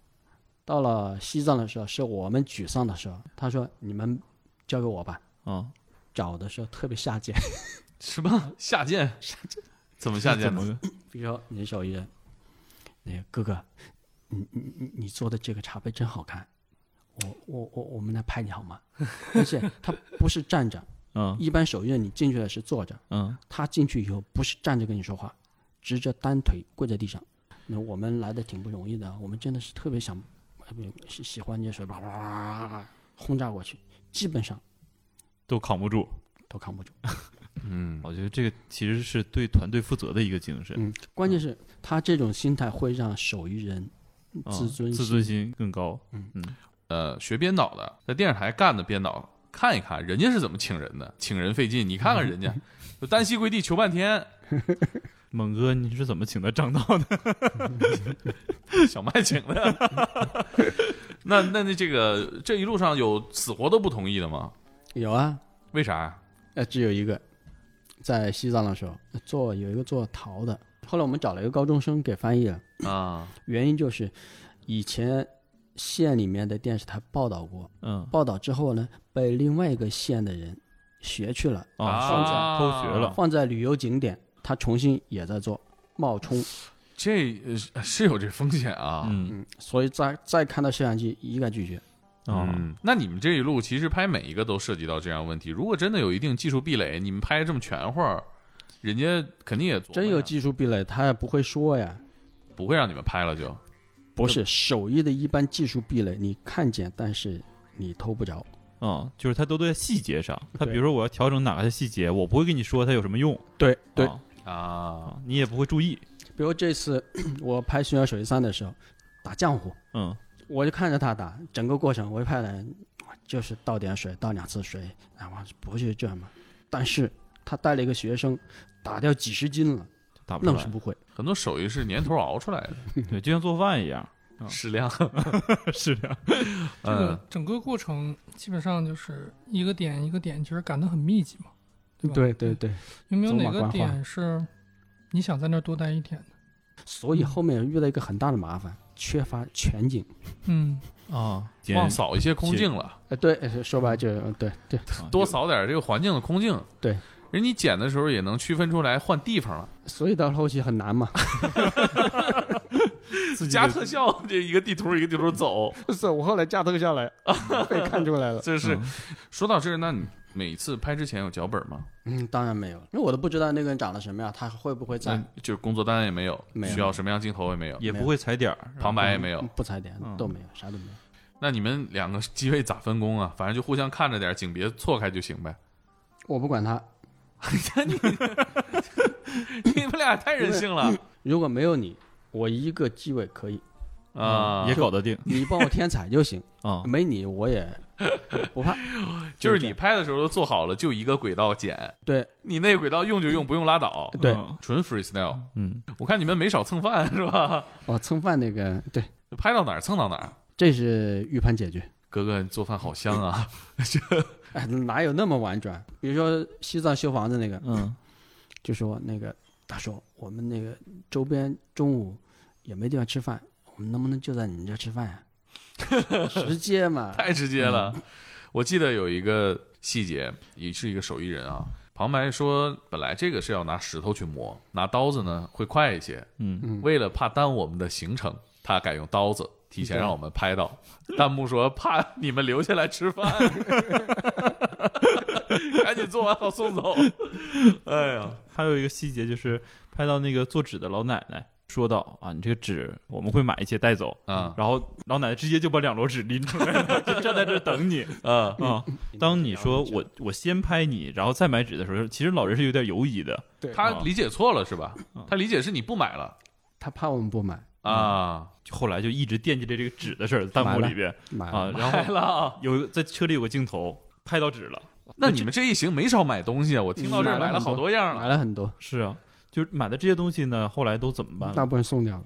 S6: 到了西藏的时候是我们沮丧的时候，他说你们交给我吧，
S7: 啊，
S6: 找的时候特别下贱。
S1: 什么下贱？怎么下
S7: 怎
S1: 贱呢？
S7: 么个
S6: 比如说你是手艺人，那个哥哥，你你你你做的这个茶杯真好看，我我我我们来拍你好吗？ 而且他不是站着，
S7: 嗯
S6: 一般手艺人你进去的是坐着，
S7: 嗯
S6: 他进去以后不是站着跟你说话，直着单腿跪在地上。那我们来的挺不容易的，我们真的是特别想，呃不喜喜欢这水吧，哇轰炸过去，基本上
S7: 都扛不住。
S6: 都扛不住。
S1: 嗯，
S7: 我觉得这个其实是对团队负责的一个精神，
S6: 嗯，关键是他这种心态会让手艺人
S7: 啊
S6: 嗯自尊
S7: 自
S6: 心
S7: 尊心更高。
S1: 呃，学编导的，在电视台干的编导，看一看人家是怎么请人的，请人费劲，你看看人家，就单膝跪地求半天，
S7: 猛哥，你是怎么请的张导的？
S1: 小麦请的。 那那那这个这一路上有死活都不同意的吗？
S6: 有啊，
S1: 为啥？
S6: 呃，只有一个，在西藏的时候做有一个做陶的，后来我们找了一个高中生给翻译了，
S1: 啊，
S6: 原因就是以前县里面的电视台报道过，
S7: 嗯
S6: 报道之后呢，被另外一个县的人学去了，
S7: 上次
S1: 啊
S7: 偷学了。
S6: 放在旅游景点，他重新也在做冒充，
S1: 这呃是有这风险啊。
S7: 嗯
S6: 嗯，所以再再看到摄像机一概拒绝，
S7: 啊，
S1: 嗯那你们这一路其实拍每一个都涉及到这样问题。如果真的有一定技术壁垒，你们拍这么全乎儿，人家肯定也琢磨
S6: 真有
S1: 呀
S6: 技术壁垒，他也不会说呀。
S1: 不会让你们拍了就。
S6: 不是手艺的一般技术壁垒，你看见，但是你偷不着。
S7: 嗯，就是他都在细节上，他比
S6: 对
S7: 如说我要调整哪个细节，我不会跟你说它有什么用，
S6: 对
S7: 啊，
S1: 啊，
S7: 你也不会注意，
S6: 比如这次 我拍《寻找手机三》的时候，打浆糊，
S7: 嗯
S6: 我就看着他打，整个过程我就拍了，就是倒点水，倒两次水，然后不是这么。但是他带了一个学生，打掉几十斤了，
S7: 打不出
S6: 愣是
S7: 来。
S6: 不会。
S1: 很多手艺是年头熬出来的，
S7: 对，就像做饭一样，
S1: 适量。
S7: 是这样。
S6: 嗯
S8: 这个整个过程基本上就是一个点一个点，其实赶得很密集嘛，对吧？
S6: 对对，
S8: 有没有
S6: 走马
S8: 哪个
S6: 观花
S8: 点是你想在那儿多待一天的？
S6: 所以后面遇到一个很大的麻烦，缺乏全景。
S8: 嗯，
S7: 啊，
S1: 忘扫一些空镜了，
S6: 呃，对，呃说白了就是呃对对，
S7: 啊
S1: 多扫点这个环境的空镜。
S6: 对，
S1: 人你剪的时候也能区分出来换地方了。
S6: 所以到后期很难嘛。
S2: 自己
S1: 加
S2: 的
S1: 特效，这一个地图一个地图走，
S2: 是我后来加特效来被看出来了。
S1: 这是。说到这儿，那你每次拍之前有脚本吗？
S6: 嗯，当然没有，因为我都不知道那个人长得什么样，他会不会在，
S1: 嗯就是工作单也没有，
S6: 没有
S1: 需要什么样镜头也没有，
S7: 也不会踩点儿，
S1: 旁白也没有。
S6: 嗯不踩点都没有，啥都没有。
S1: 那你们两个机位咋分工啊？反正就互相看着点，景别错开就行呗。
S6: 我不管他，
S1: 你们俩太任性了
S6: 如果没有你，我一个机位可以，
S1: 啊！
S7: 嗯也搞得定
S6: 你帮我添彩就行，
S7: 啊。
S6: 没你我也不怕。
S1: 就是
S6: 这
S1: 你
S6: 样
S1: 拍的时候都做好了，就一个轨道剪，
S6: 对
S1: 你那轨道用就用，不用拉倒，
S6: 对，
S7: 嗯
S1: 纯 freestyle。
S7: 嗯，
S1: 我看你们没少蹭饭 是吧？
S6: 我蹭饭那个，对，
S1: 拍到哪儿蹭到哪儿。
S6: 这是预判解决。
S1: 哥哥，你做饭好香啊！
S6: 哎，哪有那么婉转？比如说西藏修房子那个，
S7: 嗯，
S6: 就说那个他说我们那个周边中午也没地方吃饭，我们能不能就在你们家吃饭呀、直接嘛，
S1: 太直接了。我记得有一个细节，也是一个手艺人啊。旁白说，本来这个是要拿石头去磨，拿刀子呢会快一些。
S7: 嗯，
S1: 为了怕耽误我们的行程，他改用刀子，提前让我们拍到。弹幕说怕你们留下来吃饭， 赶紧做完好送走。哎呀，
S7: 还有一个细节就是拍到那个做纸的老奶奶说到啊，你这个纸我们会买一些带走
S1: 啊
S7: 然后老奶奶直接就把两摞纸拎出来，就站在这儿等你
S1: 啊
S7: 啊。当你说我我先拍你，然后再买纸的时候，其实老人是有点犹疑的。
S1: 他
S6: 啊
S1: 理解错了是吧？
S6: 嗯
S1: 他理解是你不买了
S6: 他怕我们不买，
S1: 啊，
S7: 就后来就一直惦记着这个纸的事儿，弹幕里边
S6: 买了
S7: 啊，然
S1: 买
S7: 后
S1: 了啊。
S7: 有在车里有个镜头拍到纸了，
S1: 那你们这一行没少买东西啊！我听到这儿
S6: 买了
S1: 买了好多样
S6: 买
S1: 了。
S6: 了很多，
S7: 是啊，就是买的这些东西呢，后来都怎么办
S6: 大
S7: 了？
S6: 部分送掉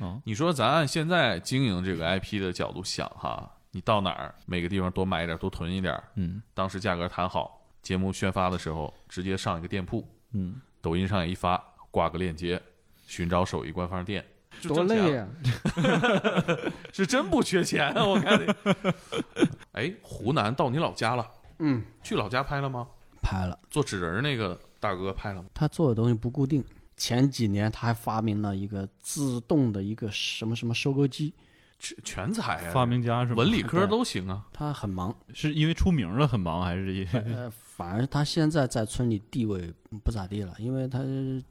S6: 了。
S1: 你说咱按现在经营这个 IP 的角度想哈，你到哪儿每个地方多买一点，多囤一点，
S7: 嗯
S1: 当时价格谈好，节目宣发的时候直接上一个店铺，
S7: 嗯，
S1: 抖音上也一发，挂个链接，寻找手艺官方店，就
S6: 多
S1: 挣钱啊
S6: 累
S1: 了
S6: 呀、
S1: 是真不缺钱啊，我看你。 哎，湖南到你老家了，
S6: 嗯，
S1: 去老家拍了吗？
S6: 拍了，
S1: 做纸人儿那个大哥拍了吗？
S6: 他做的东西不固定。前几年他还发明了一个自动的一个什么什么收割机，
S1: 全全才啊，
S7: 发明家是吗？
S1: 文理科都行啊。
S6: 他很忙，
S7: 是因为出名了很忙，还是因 为
S6: 呃，反而他现在在村里地位不咋地了，因为他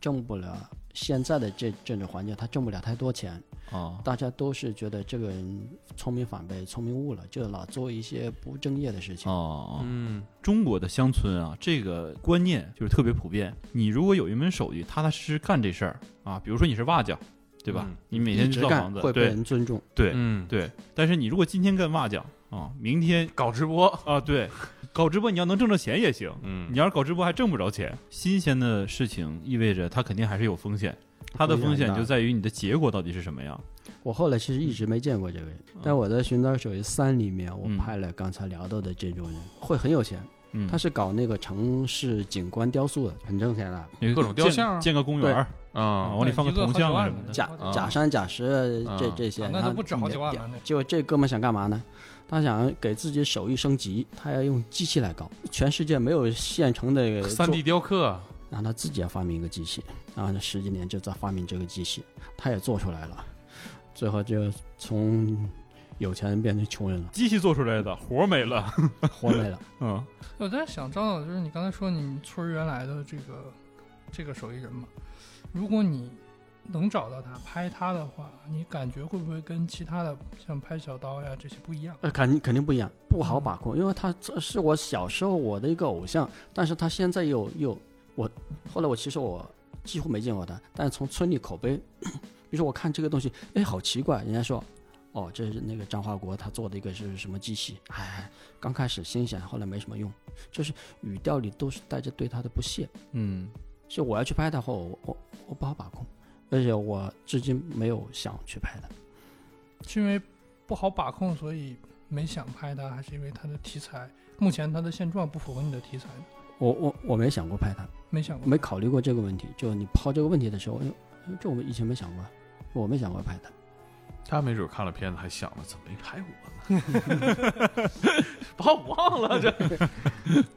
S6: 挣不了现在的这政治环境，他挣不了太多钱，
S7: 啊？
S6: 大家都是觉得这个人聪明反被聪明误了，就老做一些不正业的事情。
S7: 哦，
S1: 嗯，
S7: 中国的乡村啊，这个观念就是特别普遍。你如果有一门手艺，踏踏实实干这事儿啊，比如说你是瓦匠，对吧？
S1: 嗯
S7: 你每
S6: 一
S7: 天
S6: 直
S7: 造
S6: 干
S7: 房子，
S6: 会被
S7: 对
S6: 人尊重，
S7: 对、
S1: 嗯，
S7: 对。但是你如果今天干瓦匠啊，明天
S1: 搞直播，
S7: 啊，对，搞直播你要能挣着钱也行。
S1: 嗯
S7: 你要是搞直播还挣不着钱，新鲜的事情意味着它肯定还是有风险，它的
S6: 不一样
S7: 风险
S6: 的
S7: 就在于你的结果到底是什么样。
S6: 我后来其实一直没见过这个人，但我在《寻找手艺三》里面，我
S7: 嗯
S6: 拍了刚才聊到的这种人，会很有钱。
S7: 嗯，
S6: 他是搞那个城市景观雕塑的，很挣钱的，
S7: 有
S1: 各种雕像啊
S7: 建建个公园儿啊，
S1: 啊，
S7: 往里放个
S8: 一个
S7: 铜
S8: 好几
S7: 像啊
S8: 万
S7: 什么
S8: 呢
S7: 的。
S6: 假
S1: 啊
S6: 假山假石这
S1: 啊
S6: 这些，
S8: 那
S6: 然后
S8: 都不止好几万了。那
S6: 就这哥们想干嘛呢？他想给自己手艺升级，他要用机器来搞。全世界没有现成的
S1: 三 D 雕刻，啊
S6: 让他自己要发明一个机器，然后这十几年就在发明这个机器，他也做出来了，最后就从有钱人变成穷人 了，
S7: 机器做出来的活儿没了，
S6: 活没了。
S7: 嗯
S8: 我在想，张导，就是你刚才说你村儿原来的这个这个手艺人嘛，如果你能找到他拍他的话，你感觉会不会跟其他的像拍小刀呀这些不一样？
S6: 呃，肯定肯定不一样，不好把控，因为他这是我小时候我的一个偶像，但是他现在又又我后来我其实我几乎没见过他，但是从村里口碑，比如说我看这个东西，哎，好奇怪，人家说。哦，这是那个张华国他做的一个是什么机器？哎，刚开始新鲜，后来没什么用，就是语调里都是带着对他的不屑。
S7: 嗯，
S6: 就我要去拍的话，我我我不好把控，而且我至今没有想去拍的。
S8: 是因为不好把控，所以没想拍他，还是因为他的题材目前他的现状不符合你的题材呢？
S6: 我我我没想过拍他，
S8: 没想过
S6: 没考虑过这个问题。就你抛这个问题的时候，哎呦，哎这我们以前没想过，我没想过拍他。
S1: 他没准看了片子还想了，怎么没拍我呢？把我忘了这。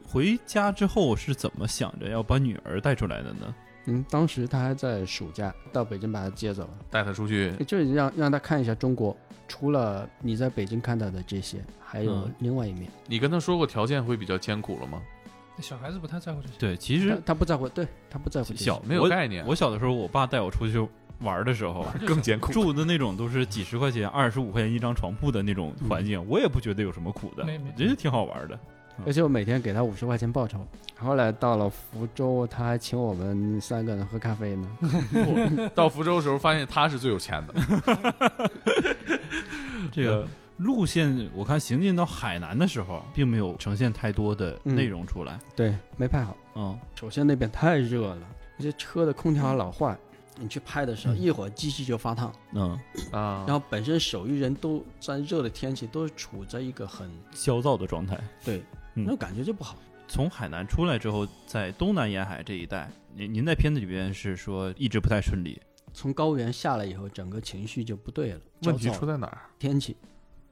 S7: 回家之后是怎么想着要把女儿带出来的呢？
S2: 嗯，当时他还在暑假到北京把他接走了。
S1: 带他出去
S2: 就是让让他看一下中国，除了你在北京看到的这些，还有
S1: 嗯
S2: 另外一面。
S1: 你跟他说过条件会比较艰苦了吗？
S8: 小孩子不太在乎这些。
S7: 对，其
S2: 他
S7: 实
S2: 他不在乎，对他不在乎这些
S7: 小
S1: 没有
S7: 我
S1: 概念
S7: 我小的时候，我爸带我出去玩儿的时 候，
S1: 更艰苦。
S7: 住的那种都是几十块钱、二十五块钱一张床铺的那种环境，我也不觉得有什么苦的，
S8: 没没
S7: 我觉得挺好玩的。
S2: 而且我每天给他五十块钱报酬。后来到了福州，他还请我们三个人喝咖啡 呢。
S1: 到福州的时候，发现他是最有钱的。
S7: 这个路线，我看行进到海南的时候，并没有呈现太多的内容出来。
S2: 对，没拍好。
S7: 嗯，
S6: 首
S2: 首
S6: 先
S2: 先那边太热了，而且车的空调老嗯换，
S6: 嗯你去拍的时候，一会儿机器就发烫，
S7: 嗯，
S1: 啊
S6: 然后本身手艺人都在热的天气都处在一个很
S7: 焦躁的状态。
S6: 对，
S7: 嗯
S6: 那种感觉就不好。
S7: 从海南出来之后，在东南沿海这一带，您您在片子里边是说一直不太顺利，
S6: 从高原下来以后，整个情绪就不对了。
S1: 问题
S6: 焦躁
S1: 出在哪儿？
S6: 天气，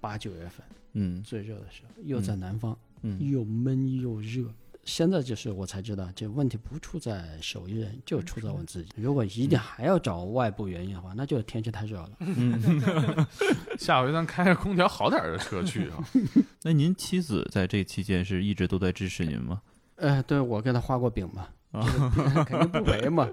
S6: 八九月份
S7: 嗯
S6: 最热的时候，又在
S7: 嗯
S6: 南方，
S7: 嗯
S6: 又闷又热。现在就是我才知道，这问题不出在手艺人，就出在我自己。如果一定还要找外部原因的话，那就是天气太热了。
S7: 嗯。
S1: 下回咱开着空调好点儿的车去 啊！
S7: 那您妻子在这期间是一直都在支持您吗？
S6: 呃，对我给他画过饼嘛，
S2: 肯定不赔嘛。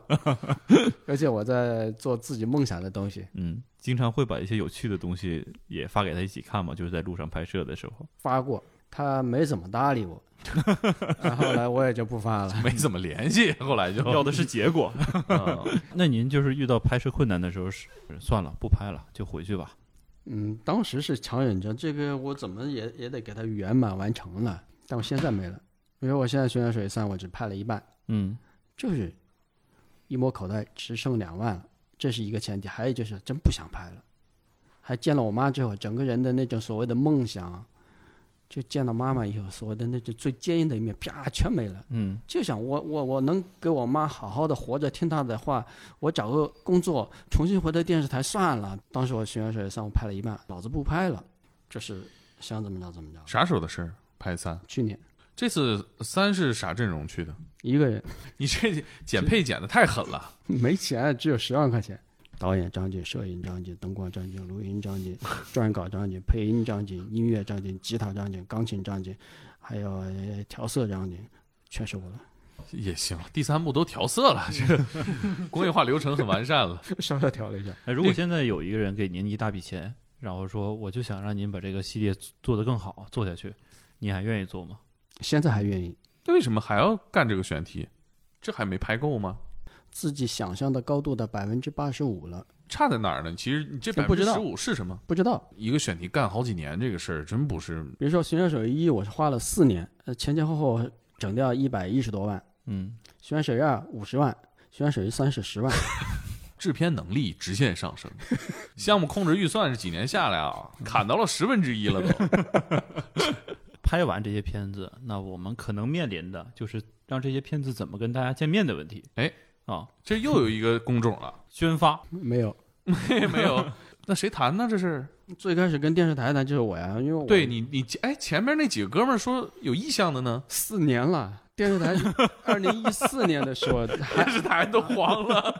S2: 而且我在做自己梦想的东西，
S7: 嗯，经常会把一些有趣的东西也发给他一起看嘛，就是在路上拍摄的时候，
S2: 发过，他没怎么搭理我。然后后来我也就不发了。
S1: 没怎么联系，后来就
S7: 要的是结 果。
S1: 啊
S7: 那您就是遇到拍摄困难的时候，是算了，不拍了，就回去吧。
S6: 嗯，当时是强忍着，这个我怎么也也得给它圆满完成了，但我现在没了，因为我现在《悬崖水三》我只拍了一半，
S7: 嗯，
S6: 就是一摸口袋只剩两万了，这是一个前提，还有就是真不想拍了，还见了我妈之后，整个人的那种所谓的梦想，就见到妈妈以后所谓的那种最坚硬的一面，啪全没了。
S7: 嗯，
S6: 就想我我我能给我妈好好的活着，听她的话，我找个工作，重新回到电视台算了。当时我《学员水上》我拍了一半，老子不拍了，就是想怎么着怎么着。
S1: 啥时候的事儿？拍三，
S6: 去年
S1: 这次三是啥阵容去的？
S6: 一个人
S1: 你这减配减的太狠了，
S6: 没
S2: 哎
S6: 钱，只有十万块钱。导演张晋，摄影张晋，灯光张晋，录音张晋，撰稿张晋，配音张晋，音乐张晋，吉他张晋，钢琴张晋，还有呃调色张晋，全是我了。
S1: 也行。第三部都调色了，这个 工业化流程很完善了。
S2: 稍稍调了 一下，
S7: 哎，如果现在有一个人给您一大笔钱，然后说我就想让您把这个系列做得更好，做下去，您还愿意做吗？
S6: 现在还愿意
S1: 为什么还要干这个选题？这还没拍够吗？
S6: 自己想象的高度的百分之八十五了，
S1: 差在哪儿呢？其实你这百
S6: 不
S1: 分之
S6: 知道
S1: 十五是什么？
S6: 不知道
S1: 一个选题干好几年，这个事儿真不是
S6: 比如说《寻人手一》，我是花了四年，呃，前前后后整掉一百一十多万；《
S7: 嗯，
S6: 寻人手二》五十万，《寻人手一三》是十万。
S1: 制片能力直线上升， 项目控制预算是几年下来啊，砍到了十分之一了都。
S7: 拍完这些片子，那我们可能面临的就是让这些片子怎么跟大家见面的问题。
S1: 哎，
S7: 啊，
S1: 这又有一个工种了，
S7: 宣发，
S6: 没有，
S1: 嘿 没有？那谁谈呢？这是
S6: 最开始跟电视台谈就是我呀，因为我
S1: 对你你哎，前面那几个哥们儿说有意向的呢，
S6: 四年了，电视台二零一四年的时候还
S1: 电视台都黄了。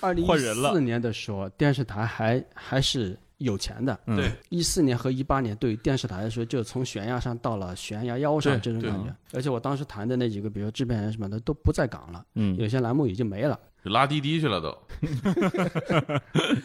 S6: 二零
S7: 换人
S6: 一
S7: 了
S6: 四年的时候，电视台还还是有钱的。
S7: 嗯
S1: 对，
S6: 一四年和一八年对于电视台来说，就从悬崖上到了悬崖腰上
S1: 对
S6: 这种
S1: 对
S6: 感觉。而且我当时谈的那几个，比如说制片人什么的，都不在岗了，
S7: 嗯
S6: 有些栏目已经没了。
S1: 拉滴滴去了 都，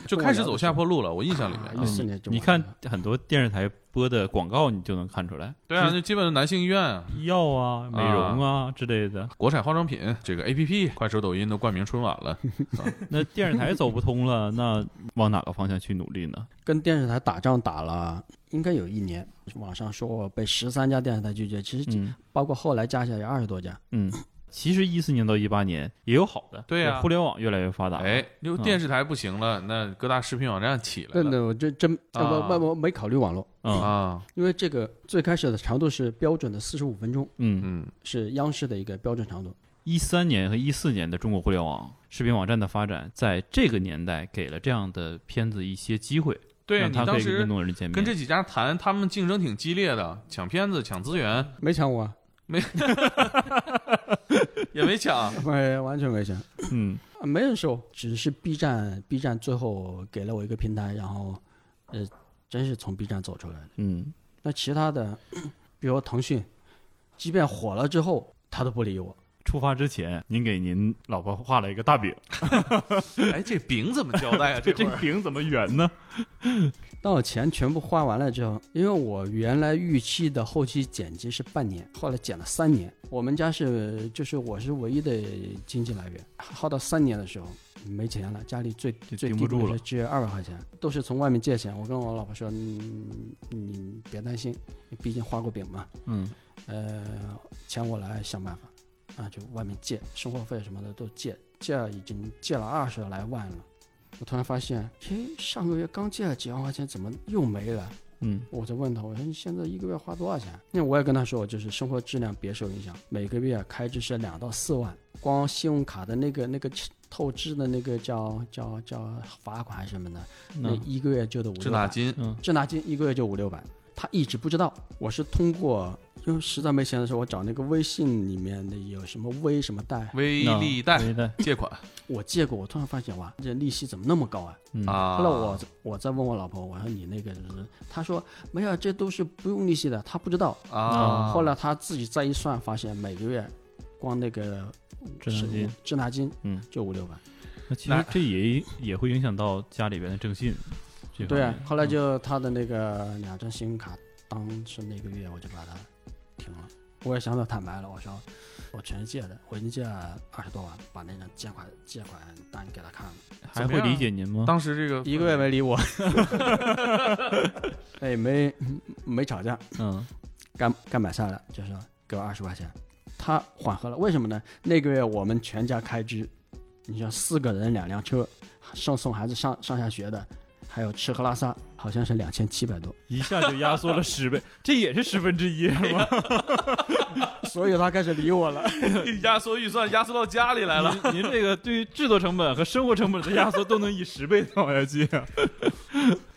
S1: 就开始走下坡路了。我印象里面
S6: 一
S1: 啊，
S6: 四年就
S7: 嗯你
S6: 完
S7: 看
S6: 了
S7: 很多电视台播的广告，你就能看出来，
S1: 对啊，就基本上男性医院啊、
S7: 医药啊、美容啊之类的。
S1: 国产化妆品这个 A P P、快手、抖音都冠名春晚了。
S7: 那电视台走不通了，那往哪个方向去努力呢？
S6: 跟电视台打仗打了应该有一年，网上说我被十三家电视台拒绝，其实就
S7: 嗯
S6: 包括后来加起来有二十多家。
S7: 嗯，其实一四年到一八年也有好的，
S1: 对啊
S7: 互联网越来越发达。
S1: 哎，就
S6: 嗯
S1: 电视台不行了，那各大视频网站起来
S6: 那
S1: 了
S6: 那我真真
S1: 啊
S6: 我我我没考虑网络，
S7: 嗯
S1: 啊，
S6: 因为这个最开始的长度是标准的四十五分钟，
S7: 嗯，
S1: 嗯，
S6: 是央视的一个标准长度。
S7: 一三年和一四年的中国互联网视频网站的发展，在这个年代给了这样的片子一些机会，
S1: 对
S7: 让
S1: 你
S7: 它
S1: 当
S7: 可以
S1: 时
S7: 跟更多人见面。
S1: 跟这几家谈，他们竞争挺激烈的，抢片子、抢资源。
S6: 没抢我啊，
S1: 也没抢。
S6: 没，完全没钱，
S7: 嗯，
S6: 啊没人收，只是 B 站，B 站最后给了我一个平台，然后，呃，真是从 B 站走出来的。
S7: 嗯，
S6: 那其他的， 比如腾讯，即便火了之后，他都不理我。
S7: 出发之前，您给您老婆画了一个大饼，
S1: 哎，这饼怎么交代啊？这会
S7: 这
S1: 儿
S7: 饼怎么圆呢？
S6: 当我钱全部花完了之后，因为我原来预期的后期剪辑是半年，后来剪了三年。我们家是就是我是唯一的经济来源，耗到三年的时候没钱了，家里最
S7: 就
S6: 最
S7: 顶
S6: 低
S7: 不住
S6: 谷
S7: 了
S6: 是只有二百块钱，都是从外面借钱。我跟我老婆说，嗯你别担心，你毕竟画过饼嘛，
S7: 嗯，
S6: 呃，钱我来想办法，啊，就外面借，生活费什么的都借，借已经借了二十来万了。我突然发现，诶，上个月刚借了几万块钱，怎么又没了？
S7: 嗯，
S6: 我就问他，我说你现在一个月花多少钱？那我也跟他说，就是生活质量别受影响，每个月开支是两到四万，光信用卡的那个那个透支的那个叫叫叫罚款还是什么的，那一个嗯月就得五
S1: 滞
S6: 六
S1: 纳
S6: 百。
S1: 金，
S6: 滞纳金一个月就五六百，他一直不知道。我是通过，因为实在没钱的时候，我找那个微信里面的有什么微什么贷，
S1: 微
S7: 那
S1: 利贷
S6: 嗯
S7: 微贷
S1: 借款
S6: 我借过，我突然发现哇，这利息怎么那么高啊？
S7: 嗯
S1: 啊。
S6: 后来我我再问我老婆，我说你那个就是，她说没有，这都是不用利息的，她不知道。
S1: 啊，
S6: 后来她自己再一算，发现每个月光那个
S7: 滞纳金
S6: 是滞纳金，
S7: 嗯，
S6: 就五六百。
S7: 那其
S1: 那
S7: 实这也也会影响到家里边的征信。这
S6: 对啊
S7: 方面，嗯
S6: 后来就他的那个两张信用卡，当时那个月我就把它停了。我也想到坦白了，我说我全是借的，我已经借了二十多万，把那张借款借款单给他看了，
S7: 还会理解您吗？
S1: 啊当时这个
S6: 一个月没理我， 哎，没没吵架，
S7: 嗯，
S6: 干干买菜了，就说给我二十块钱，他缓和了，为什么呢？那个月我们全家开支，你像四个人两辆车，上送孩子上上下学的，还有吃喝拉撒，好像是两千七百多，
S7: 一下就压缩了十倍，这也是十分之一是吗？
S6: 所以他开始理我了。
S1: 压缩预算压缩到家里来了。
S7: 您您这个对于制作成本和生活成本的压缩都能以十倍的往下去啊。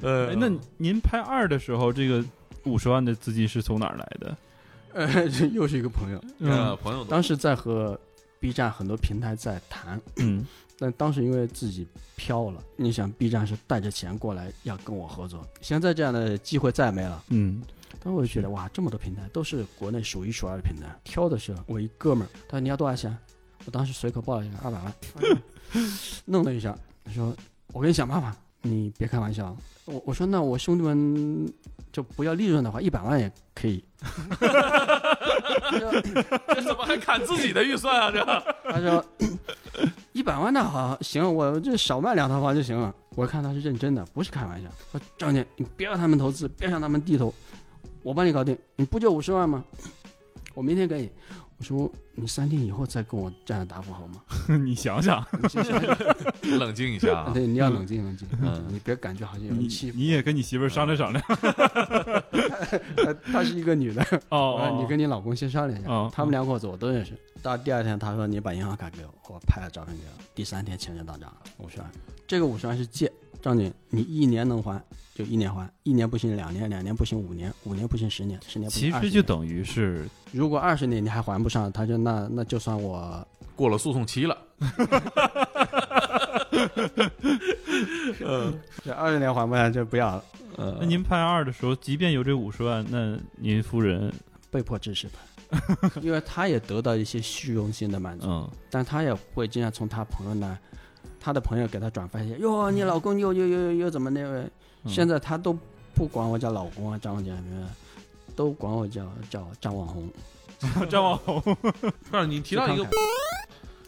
S1: 呃
S7: 哎，那您拍二的时候，这个五十万的资金是从哪儿来的？
S6: 呃， 又是一个朋友，
S1: 呃，朋友都
S6: 嗯当时在和 B 站很多平台在谈，
S7: 嗯
S6: 但当时因为自己飘了，你想 B 站是带着钱过来要跟我合作，现在这样的机会再也没了。
S7: 嗯
S6: 当时我就觉得哇，这么多平台都是国内数一数二的平台，挑的是我一哥们儿，他说你要多少钱？我当时随口报了一个二百万，弄了一下，他说我给你想办法，你别开玩笑。我我说那我兄弟们就不要利润的话，一百万也可以。 他说
S1: 这怎么还砍自己的预算啊？这
S6: 他说 一百万那好行，我这少卖两套房就行了。我看他是认真的，不是开玩笑。我说张姐，你别让他们投资，别让他们低头，我帮你搞定。你不就五十万吗？我明天给你。我说你三天以后再跟我这样答复好 吗？
S7: 嗯， 你想想，
S6: 你先想想
S1: 冷静一下啊！
S6: 对，你要冷静冷静，
S1: 嗯
S6: 你别感觉好像有
S7: 你
S6: 人欺负。
S7: 你也跟你媳妇儿商量商量。
S6: 她她是一个女的，我
S7: 哦
S6: 说，啊哎你跟你老公先商量一下。
S7: 哦
S6: 他们两口子我都认识。到第二天，他说你把银行卡给我，我拍了照片给我。第三天钱就到账了，五十万。这个五十万是借，张姐，你一年能还就一年还，一年不行两年，两年不行五年，五年不行十年，十年不
S7: 其
S6: 行
S7: 实
S6: 20
S7: 就
S6: 年
S7: 等于是
S6: 如果二十年你还还不上，他就那那就算我
S1: 过了诉讼期了，
S6: 这二十年还不上就不要了，
S7: 那您拍二的时候，即便有这五十万，那您夫人，
S6: 被迫支持他， 因为他也得到一些虚荣心的满足。
S7: 嗯，
S6: 但他也会经常从他朋友那，他的朋友给他转发一些，哟，你老公又又又又又怎么那位？
S7: 嗯
S6: 现在他都不管我叫老公啊，张姐，都管我叫叫张网红。
S7: 张网红，
S1: 不是你提到一个
S6: 去看，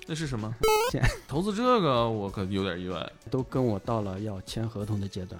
S1: 那是什么
S6: 见？
S1: 投资这个我可有点意外
S6: 都跟我到了要签合同的阶段。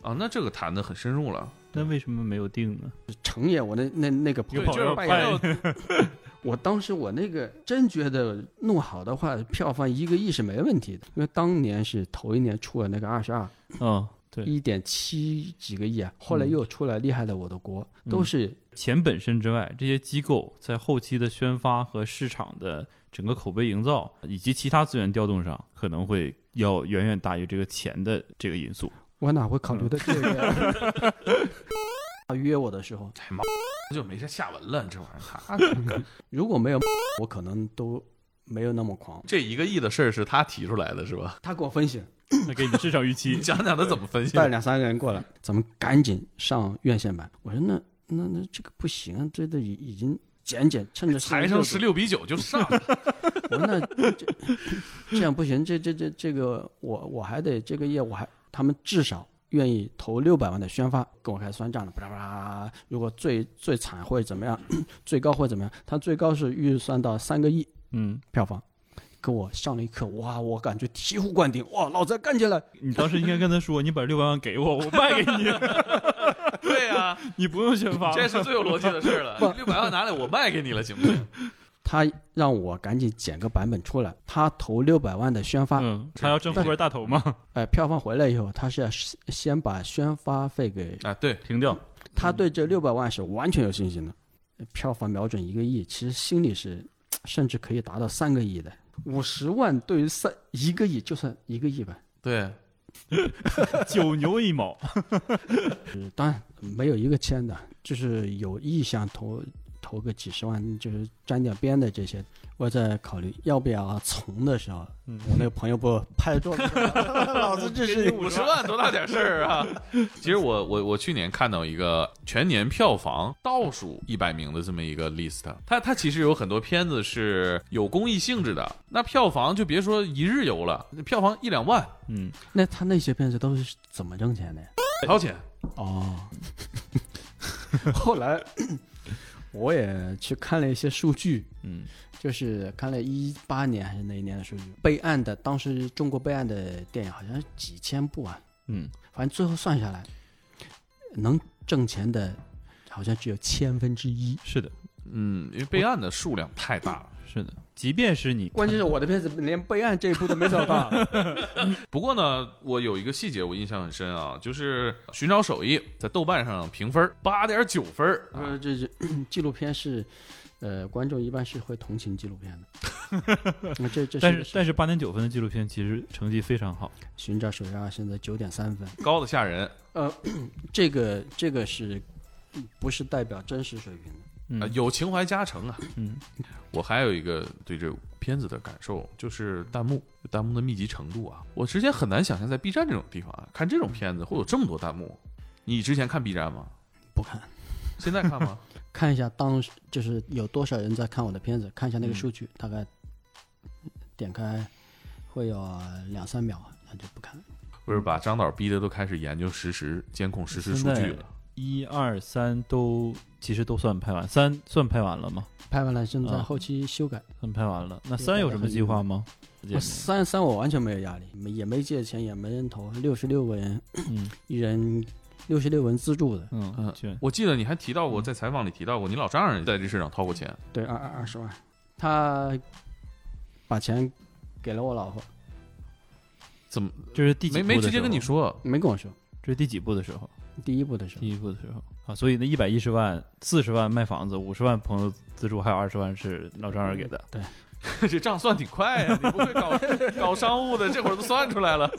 S1: 啊！那这个谈的很深入了，
S7: 那为什么没有定呢？
S6: 成也我那那那个朋
S7: 有
S6: 友，
S7: 朋
S1: 就
S7: 友
S1: 是哎
S7: 拍
S6: 我当时我那个真觉得弄好的话，票房一个亿是没问题的，因为当年是头一年出了那个二十二，
S7: 嗯，对，
S6: 一点七几个亿
S1: 嗯
S6: 啊，后来又出来厉害的我的国，都是
S7: 钱本身之外，这些机构在后期的宣发和市场的整个口碑营造以及其他资源调动上，可能会要远远大于这个钱的这个因素。
S1: 嗯
S6: 我哪会考虑到这个呀？ 他约我的时候，
S1: 哎妈，就没啥下文了，这玩意儿他。
S6: 如果没有我可能都没有那么狂
S1: 这一个亿的事儿是他提出来的，是 吧？
S6: 他给我分析，
S7: 那给你市场预期
S1: 你，讲讲他怎么分析
S6: 带？两三个人过来，咱们赶紧上院线版。我说那那那这个不行啊，这都已已经减减，趁着
S1: 财
S6: 剩
S1: 上十。六比九就上，
S6: 我说那这这样不行，这这这这个我我还得这个月我还他们至少愿意投六百万的宣发，跟我开始算账了，巴拉巴拉。如果最最惨会怎么样？ 最高会怎么样？他最高是预算到三个亿
S7: 嗯，
S6: 票房，给我上了一课，哇，我感觉醍醐灌顶，哇，老子干起来！
S7: 你当时应该跟他说，你把六百万给我，我卖给 你，
S1: 对 呀，
S7: 你不用宣发。
S1: 这是最有逻辑的事儿 了。六百万拿来，我卖给你了，行不行？
S6: 他让我赶紧剪个版本出来，他投六百万的宣发，
S7: 嗯，他要挣后边大头嘛，
S6: 呃，票房回来以后，他是要先先把宣发费给
S1: 啊，对，
S7: 停掉。
S6: 他对这六百万是完全有信心的，票房瞄准一个亿，其实心里是甚至可以达到三个亿的。五十万对于三一个亿，就算一个亿吧。
S1: 对，
S7: 九牛一毛。
S6: 就是当然没有一个签的，就是有意向投投个几十万，就是沾点边的这些。我在考虑要不要啊从的时候，我那个朋友不拍桌子说， 老子 这是
S1: 五十万多大点事儿啊！ 其实我我我去年看到一个全年票房倒数一百名的这么一个 list，它它其实有很多片子是有公益性质的，那票房就别说一日游了，票房一两万，
S7: 嗯，
S6: 那他那些片子都是怎么挣钱的呀？
S1: 掏钱。
S6: 哦， 后来我也去看了一些数据，
S7: 嗯，
S6: 就是看了一八年还是哪一年的数据，备案的当时中国备案的电影好像是几千部啊，
S7: 嗯，
S6: 反正最后算下来，能挣钱的好像只有千分之一。
S7: 是的，
S1: 嗯，因为备案的数量太大了。
S7: 是的。即便是你，
S6: 关键是我的片子连备案这一步都没 走到，
S1: 不过呢，我有一个细节我印象很深啊，就是《寻找手艺》在豆瓣上评分八点九分儿，啊
S6: 呃，这是纪录片是，呃，观众一般是会同情纪录片的。 嗯这这
S7: 但
S6: 个
S7: 是但是八点九分的纪录片其实成绩非常好。
S6: 寻找手要现在九点三分，
S1: 高的吓人
S6: 呃 这个这个是不是代表真实水平的？
S7: 嗯
S1: 啊，有情怀加成啊。
S7: 嗯，
S1: 我还有一个对这片子的感受，就是弹幕，弹幕的密集程度啊，我之前很难想象在 B 站这种地方啊，看这种片子会有这么多弹幕。你之前看 B 站吗？
S6: 不看，
S1: 现在看 吗？
S6: 看一下当时就是有多少人在看我的片子，看一下那个数据，大概点开会有两三秒，那就不看了。
S1: 不是把张导逼的都开始研究实时监控实时数据
S7: 现在
S1: 了。
S7: 一二三都其实都算拍完，三算拍完了吗？
S6: 拍完了，正在
S7: 啊
S6: 后期修改。
S7: 算拍完了。那三有什么计划吗？
S6: 我三三我完全没有压力，没也没借钱，也没人投，六十六个人，
S7: 嗯
S6: 一人六十六人资助的，
S7: 嗯，卷
S1: 我记得你还提到过，在采访里提到过，你老丈人在这事上掏过钱。
S6: 对，二二二十万，他把钱给了我老婆，
S1: 怎么
S7: 这是第几
S1: 没
S7: 部
S1: 没
S7: 的
S1: 直接
S7: 时
S1: 跟你
S7: 候，
S1: 说？
S6: 没跟我说。
S7: 这是第几部的时候？
S6: 第一部的时候
S7: 第，一部的时候啊，所以那一百一十万、四十万卖房子，五十万朋友资助，还有二十万是老丈人给的。
S1: 这账算挺快呀、你不会搞搞商务的，这会儿都算出来了。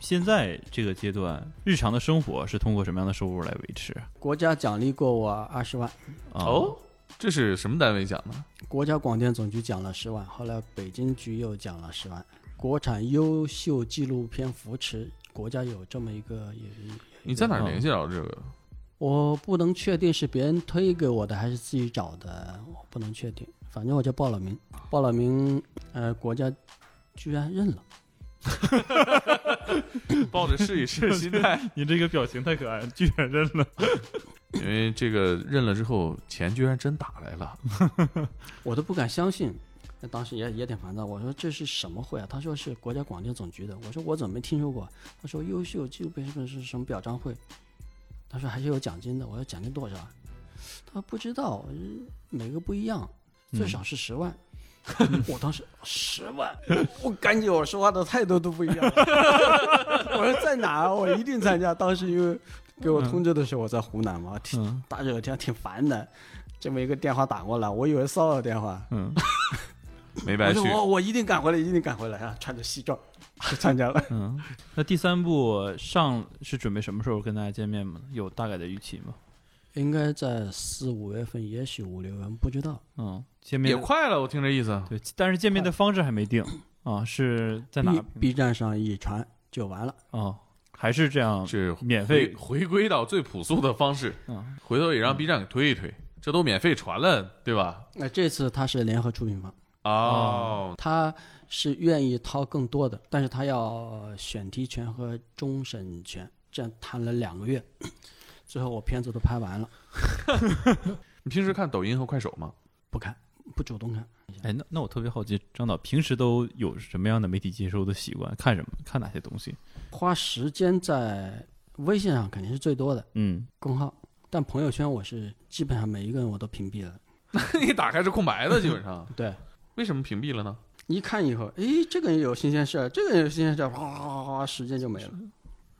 S7: 现在这个阶段，日常的生活是通过什么样的收入来维持啊？
S6: 国家奖励过我二十万。
S1: 哦，这是什么单位讲的？
S6: 国家广电总局奖了十万，后来北京局又奖了十万。国产优秀纪录片扶持，国家有这么一个也也
S1: 你在哪儿联系到这个？
S6: 我不能确定是别人推给我的还是自己找的，我不能确定。反正我就报了名，报了名，呃，国家居然认了。
S1: 抱着试一试心态，
S7: 你这个表情太可爱了，居然认了。
S1: 因为这个认了之后，钱居然真打来了。
S6: 我都不敢相信。那当时也也挺烦躁，我说这是什么会啊？他说是国家广电总局的，我说我怎么没听说过？他说优秀纪录片是是什么表彰会？他说还是有奖金的，我说奖金多少啊？他说不知道，呃每个不一样，最少是十万。 我当时十万，我感觉我说话的态度都不一样了。我说在哪儿？我一定参加。当时因为给我通知的时候我在湖南嘛，挺
S7: 嗯
S6: 大热天挺烦的，这么一个电话打过来，我以为骚扰电话，
S7: 嗯，
S1: 没
S6: 我
S1: 白去
S6: 说，我我一定赶回来，一定赶回来啊！穿着西装，就参加了。
S7: 嗯，那第三部上是准备什么时候跟大家见面吗？有大概的预期吗？
S6: 应该在四五月份，也许五六月份，不知道。
S7: 嗯，见
S1: 也
S7: 面
S1: 快了，我听这意思。
S7: 对，但是见面的方式还没定啊，是在哪
S6: B B 站上一传就完了。
S7: 啊？还是这样
S1: 是回
S7: 免费
S1: 回归到最朴素的方式，
S7: 啊？
S1: 回头也让 B 站给推一推，这都免费传了，对吧？
S6: 那这次他是联合出品方，
S1: 哦，
S6: 他是愿意掏更多的，但是他要选题权和终审权，这样谈了两个月， 最后我片子都拍完了，
S1: 你平时看抖音和快手 吗？
S6: 不看，不主动看。
S7: 哎，那那我特别好奇，张导平时都有什么样的媒体接收的习惯？看什么？看哪些东西？
S6: 花时间在微信上肯定是最多的
S7: 嗯，
S6: 公号，但朋友圈我是基本上每一个人我都屏蔽了。
S1: 一打开是空白的，基本上。
S6: 对，
S1: 为什么屏蔽了呢？
S6: 一看以后，诶，这个人有新鲜事儿，这个人有新鲜事儿，哗哗哗哗，时间就没了。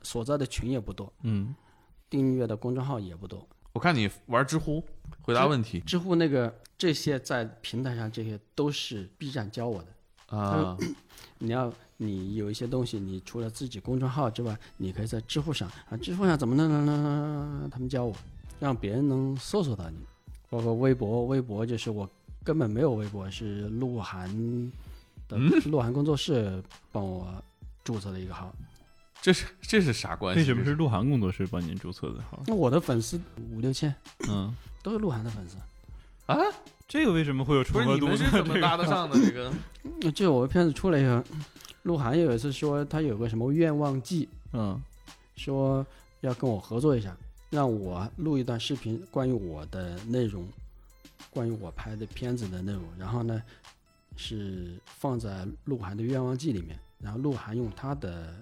S6: 所在的群也不多，
S7: 嗯，
S6: 订阅的公众号也不多，
S1: 我看你玩知乎，回答问题
S6: 知乎那个这些在平台上这些都是 B 站教我的。
S1: 啊，
S6: 你要你有一些东西，你除了自己公众号之外，你可以在知乎上啊，知乎上怎么弄弄弄弄弄，他们教我，让别人能搜索到你。包括微博，微博就是我根本没有微博，是鹿晗的鹿晗工作室帮我注册了一个号。
S1: 这是这是啥关系？
S7: 为什么是鹿晗工作室帮您注册的号？
S6: 那我的粉丝五六千
S7: 嗯，
S6: 都是鹿晗的粉丝，
S1: 啊？
S7: 这个为什么会有
S1: 不
S7: 重
S1: 是
S7: 合
S1: 你
S7: 度呢？
S1: 们是怎么搭得上的？这 个
S6: 嗯就是我的片子出来以后，鹿晗有一次说他有个什么愿望季，
S7: 嗯
S6: 说要跟我合作一下，让我录一段视频，关于我的内容，关于我拍的片子的内容。然后呢，是放在鹿晗的《愿望季》里面，然后鹿晗用他的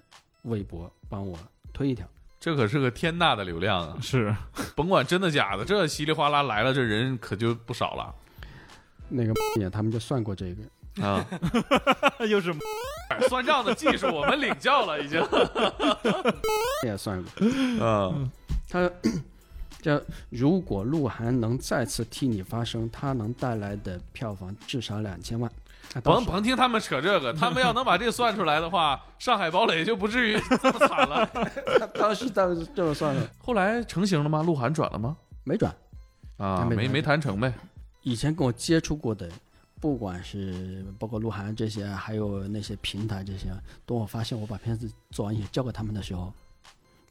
S6: 微博帮我推一条。
S1: 这可是个天大的流量啊！
S7: 是
S1: 甭管真的假的，这稀里哗啦来了，这人可就不少了
S6: 那个 也他们就算过这个，
S1: 啊！
S7: 又是
S1: 算账的技术我们领教了，已经。
S6: 也算过。
S1: 嗯，
S6: 他这如果鹿晗能再次替你发声，他能带来的票房至少两千万。那当
S1: 甭
S6: 时
S1: 甭听他们扯这 个，他们要能把这算出来的话，上海堡垒就不至于这么惨了。
S6: 当时当时这么算的，
S1: 后来成型了吗？鹿晗转了吗？
S6: 没转。
S1: 啊，
S6: 还没
S1: 没
S6: 转
S1: 没谈成呗。
S6: 以前跟我接触过的，不管是包括鹿晗这些，还有那些平台这些，当我发现我把片子做完以后交给他们的时候，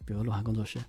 S6: 比如鹿晗工作室，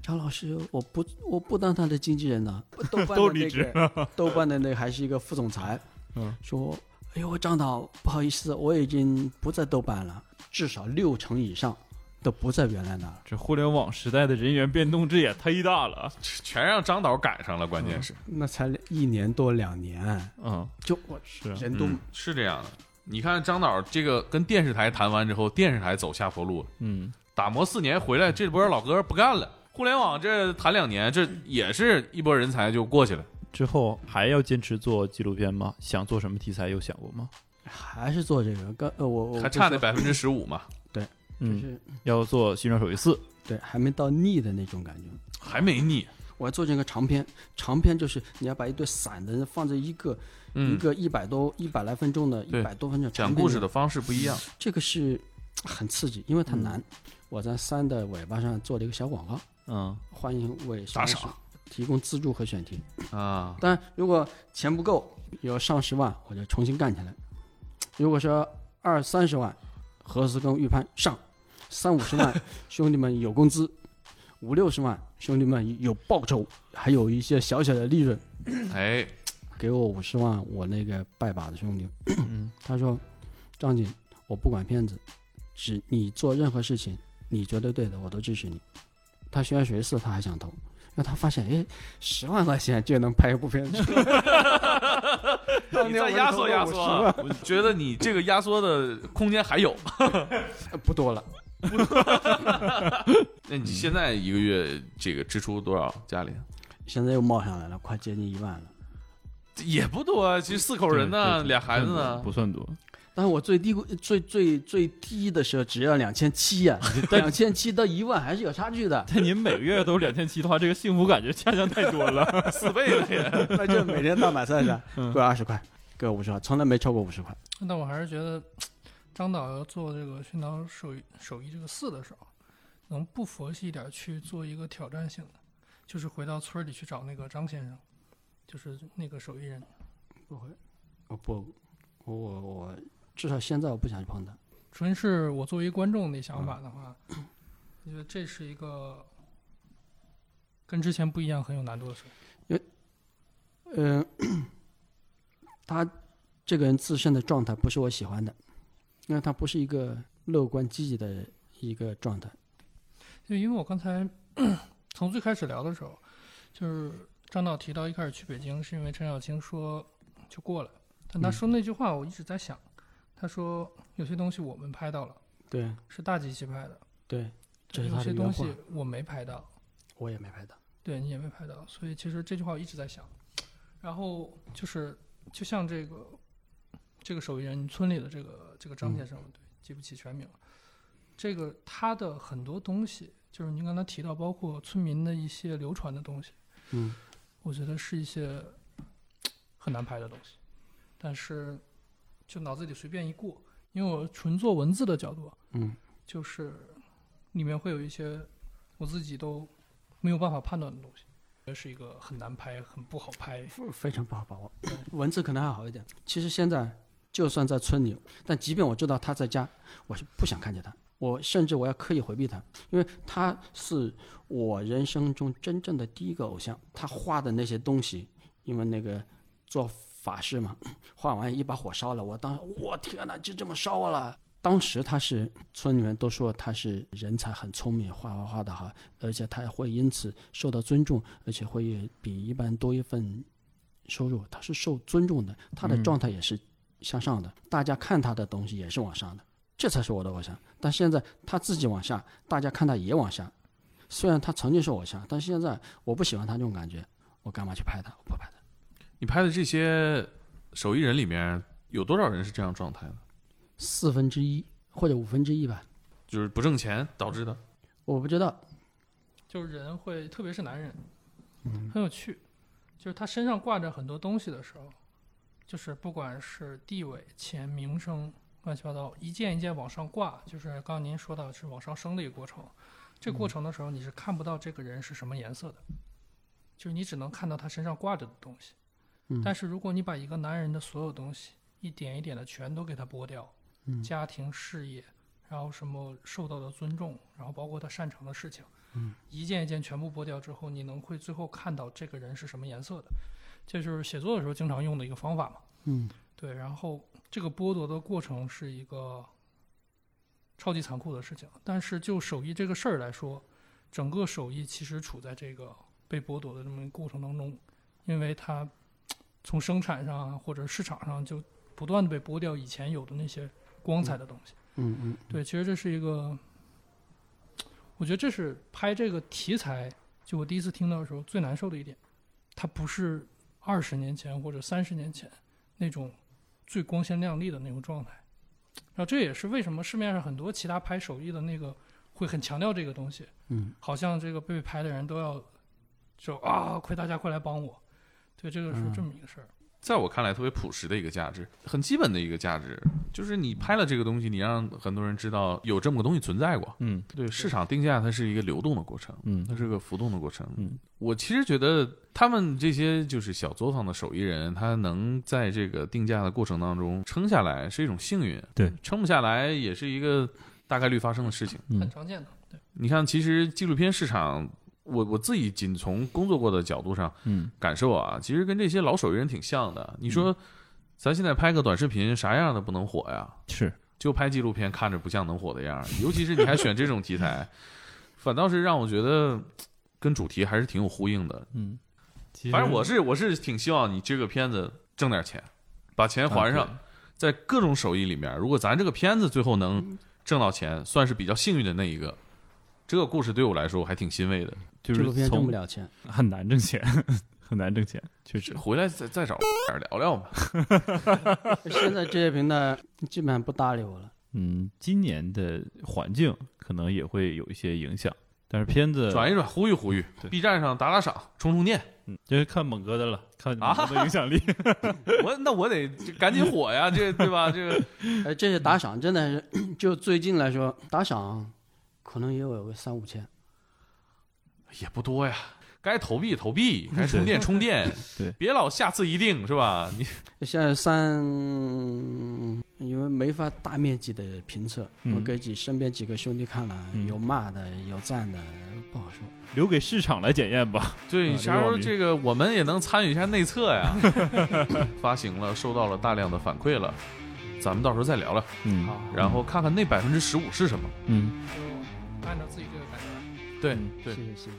S6: 张老师，我不我不当他的经纪人了，豆瓣的
S7: 都
S6: 那
S7: 离职
S6: 个豆瓣的那个还是一个副总裁，
S7: 嗯，
S6: 说，哎呦，张导，不好意思，我已经不在豆瓣了，至少六成以上都不在原来那了。
S7: 这互联网时代的人员变动，这也忒大了。
S1: 全让张导赶上了，关键是，
S6: 那才一年多两年，
S7: 嗯，
S6: 就我
S7: 是啊
S6: 人都
S1: 嗯，是这样的。你看张导这个跟电视台谈完之后，电视台走下坡路，
S7: 嗯。
S1: 打磨四年回来，这波老哥不干了。互联网这谈两年，这也是一波人才就过去了。
S7: 之后还要坚持做纪录片吗？想做什么题材有想过吗？
S6: 还是做这个，刚呃我我
S1: 还
S6: 不
S1: 差那
S6: 说
S1: 百分之十五嘛，
S6: 就
S7: 嗯，
S6: 是
S7: 要做《寻找手艺四》。
S6: 对，还没到腻的那种感觉。
S1: 还没腻。
S6: 我要做成一个长篇，长篇就是你要把一堆散的放在一个、一
S1: 嗯，
S6: 个一百多一百来分钟的，
S1: 对
S6: 一百多分钟长
S1: 讲
S6: 篇
S1: 故事
S6: 的，
S1: 的嗯方式不一样。
S6: 这个是很刺激，因为它难。我在三的尾巴上做了一个小广告，
S7: 嗯
S6: 欢迎为
S1: 打赏
S6: 提供资助和选题。
S1: 啊，
S6: 当然，如果钱不够，有上十万，我就重新干起来；如果说二三十万，何时跟预判上；三五十万，兄弟们有工资；五六十万，兄弟们有报酬，还有一些小小的利润。
S1: 哎，
S6: 给我五十万，我那个拜把子兄弟，
S7: 嗯
S6: 他说：“张姐，我不管骗子，只你做任何事情，你觉得对的，我都支持你。”他学完学四，他还想投，因为他发现，哎，十万块钱就能拍一部片子。
S1: 你再压缩压缩啊，我觉得你这个压缩的空间还有。
S6: 呃不多了，
S1: 那你现在一个月这个支出多少？家里
S6: 现在又冒上来了，快接近一万了。
S1: 也不多啊，其实四口人
S7: 对
S1: 呢，
S7: 对
S1: 俩孩子呢
S7: 不。算多。。
S6: 但是我最低最最最低的时候只要两千七 呀，两千七到一万还是有差距的
S7: 但您每个月都两千七的话，这个幸福感觉下降太多了。
S1: 四倍了也。
S6: 那就嗯每天到买菜去，给我二十块，给我五十块，从来没超过五十块。
S8: 但我还是觉得张导要做这个《寻找手艺手艺》这个四的时候，能不佛系一点去做一个挑战性的，就是回到村里去找那个张先生，就是那个手艺人。
S6: 不会，我呃不，我我我至少现在我不想去碰他。
S8: 纯是我作为观众的想法的话，我觉得这是一个跟之前不一样、很有难度的事。
S6: 嗯，他这个人自身的状态不是我喜欢的，因为他不是一个乐观积极的一个状态。
S8: 就因为我刚才 从最开始聊的时候，就是张导提到一开始去北京是因为陈小青说就过了，但他
S6: 嗯
S8: 说那句话我一直在想，他说有些东西我们拍到了，
S6: 对
S8: 是大机器拍的，
S6: 对，这是
S8: 有
S6: 他的
S8: 些
S6: 原
S8: 东
S6: 话
S8: 西，我没拍到，
S6: 我也没拍到。
S8: 对你也没拍到，所以其实这句话我一直在想。然后就是就像这个这个手艺人村里的这个这个张先生，对，记不起全名了。这个他的很多东西，就是您刚才提到，包括村民的一些流传的东西，
S6: 嗯，
S8: 我觉得是一些很难拍的东西，但是就脑子里随便一过，因为我纯做文字的角度，啊
S6: 嗯，
S8: 就是里面会有一些我自己都没有办法判断的东西，这是一个很难拍、很不好拍。
S6: 非非常不好把握。 文字可能还好一点。其实现在就算在村里，但即便我知道他在家，我是不想看见他，我甚至我要刻意回避他，因为他是我人生中真正的第一个偶像。他画的那些东西，因为那个做法事嘛，画完一把火烧了，我当时我天哪，就这么烧了。当时他是村里面都说他是人才很聪明，画画画的好，而且他会因此受到尊重，而且会比一般多一份收入，他是受尊重的，他的状态也是向上的，大家看他的东西也是往上的，这才是我的偶像。但现在他自己往下，大家看他也往下。虽然他曾经是偶像，但现在我不喜欢他这种感觉，我干嘛去拍他？我不拍他。
S1: 你拍的这些手艺人里面，有多少人是这样状态的？
S6: 四分之一或者五分之一吧，
S1: 就是不挣钱导致的？
S6: 我不知道。
S8: 就是人会，特别是男人，很有趣。就是他身上挂着很多东西的时候，就是不管是地位、钱、名声，乱七八糟，一件一件往上挂。就是刚刚您说到是往上升的一个过程，这个过程的时候你是看不到这个人是什么颜色的，就是你只能看到他身上挂着的东西。但是如果你把一个男人的所有东西一点一点的全都给他剥掉，家庭、事业，然后什么受到的尊重，然后包括他擅长的事情。一件一件全部剥掉之后，你能会最后看到这个人是什么颜色的，这就是写作的时候经常用的一个方法嘛。
S6: 嗯，
S8: 对。然后这个剥夺的过程是一个超级残酷的事情，但是就手艺这个事儿来说，整个手艺其实处在这个被剥夺的这么一个过程当中，因为它从生产上啊或者市场上就不断的被剥掉以前有的那些光彩的东西。
S6: 嗯嗯，
S8: 对，其实这是一个，我觉得这是拍这个题材，就我第一次听到的时候最难受的一点，它不是二十年前或者三十年前那种最光鲜亮丽的那种状态。然后这也是为什么市面上很多其他拍手艺的那个会很强调这个东西，
S6: 嗯，
S8: 好像这个被拍的人都要就啊，快大家快来帮我，对，这个是这么一个事儿。
S1: 在我看来，特别朴实的一个价值，很基本的一个价值，就是你拍了这个东西，你让很多人知道有这么个东西存在过。
S7: 嗯
S1: 对，市场定价它是一个流动的过程，
S7: 嗯
S1: 它是个浮动的过程。
S7: 嗯，
S1: 我其实觉得他们这些就是小作坊的手艺人，他能在这个定价的过程当中撑下来，是一种幸运。
S7: 对，
S1: 撑不下来也是一个大概率发生的事情。
S7: 嗯
S8: 很常见的，对，
S1: 你看，其实纪录片市场，我我自己仅从工作过的角度上
S7: 嗯
S1: 感受啊，其实跟这些老手艺人挺像的。你说，咱现在拍个短视频，啥样的不能火呀？
S7: 是
S1: 就拍纪录片，看着不像能火的样儿。 尤其是你还选这种题材， 反倒是让我觉得跟主题还是挺有呼应的。
S7: 嗯，其实
S1: 反正我是我是挺希望你这个片子挣点钱，把钱还上。
S7: 啊
S1: 在各种手艺里面，如果咱这个片子最后能挣到钱，算是比较幸运的那一个。这个故事对我来说，我还挺欣慰的。
S7: 对
S6: 纪
S7: 就
S6: 录
S7: 是
S6: 片挣不
S7: 从
S6: 了钱，
S7: 很难挣钱， 很难挣钱，确实。
S1: 回来再再找点儿聊聊吧。
S6: 现在这些平台基本上不搭理我了。
S7: 嗯，今年的环境可能也会有一些影响，但是片子
S1: 转一转，呼吁呼吁
S7: 对
S1: ，B 站上打打赏，充充电。
S7: 嗯，就是看猛哥的了，看猛哥
S1: 啊
S7: 的影响力。
S1: 我那我得这赶紧火呀，这对吧？这个
S6: 哎，这些打赏真的是，就最近来说，打赏可能也有个三五千。
S1: 也不多呀。该投币投币，该充电充电，
S7: 对
S1: 别老下次一定是吧？你
S6: 现在三，因为没法大面积的评测，
S7: 嗯
S6: 我给几身边几个兄弟看了，
S7: 嗯
S6: 有骂的，有赞的，不好说。
S7: 留给市场来检验吧。
S1: 对，
S7: 啊
S1: 啥时
S7: 刘
S1: 候
S7: 老驴
S1: 这个我们也能参与一下内测呀？ 发行了，收到了大量的反馈了，咱们到时候再聊聊，
S7: 嗯
S1: 然后看看那百分之十五是什么。
S7: 嗯，
S8: 按照自己这个感觉来。
S1: 对
S7: 嗯
S1: 对
S2: 谢谢谢谢。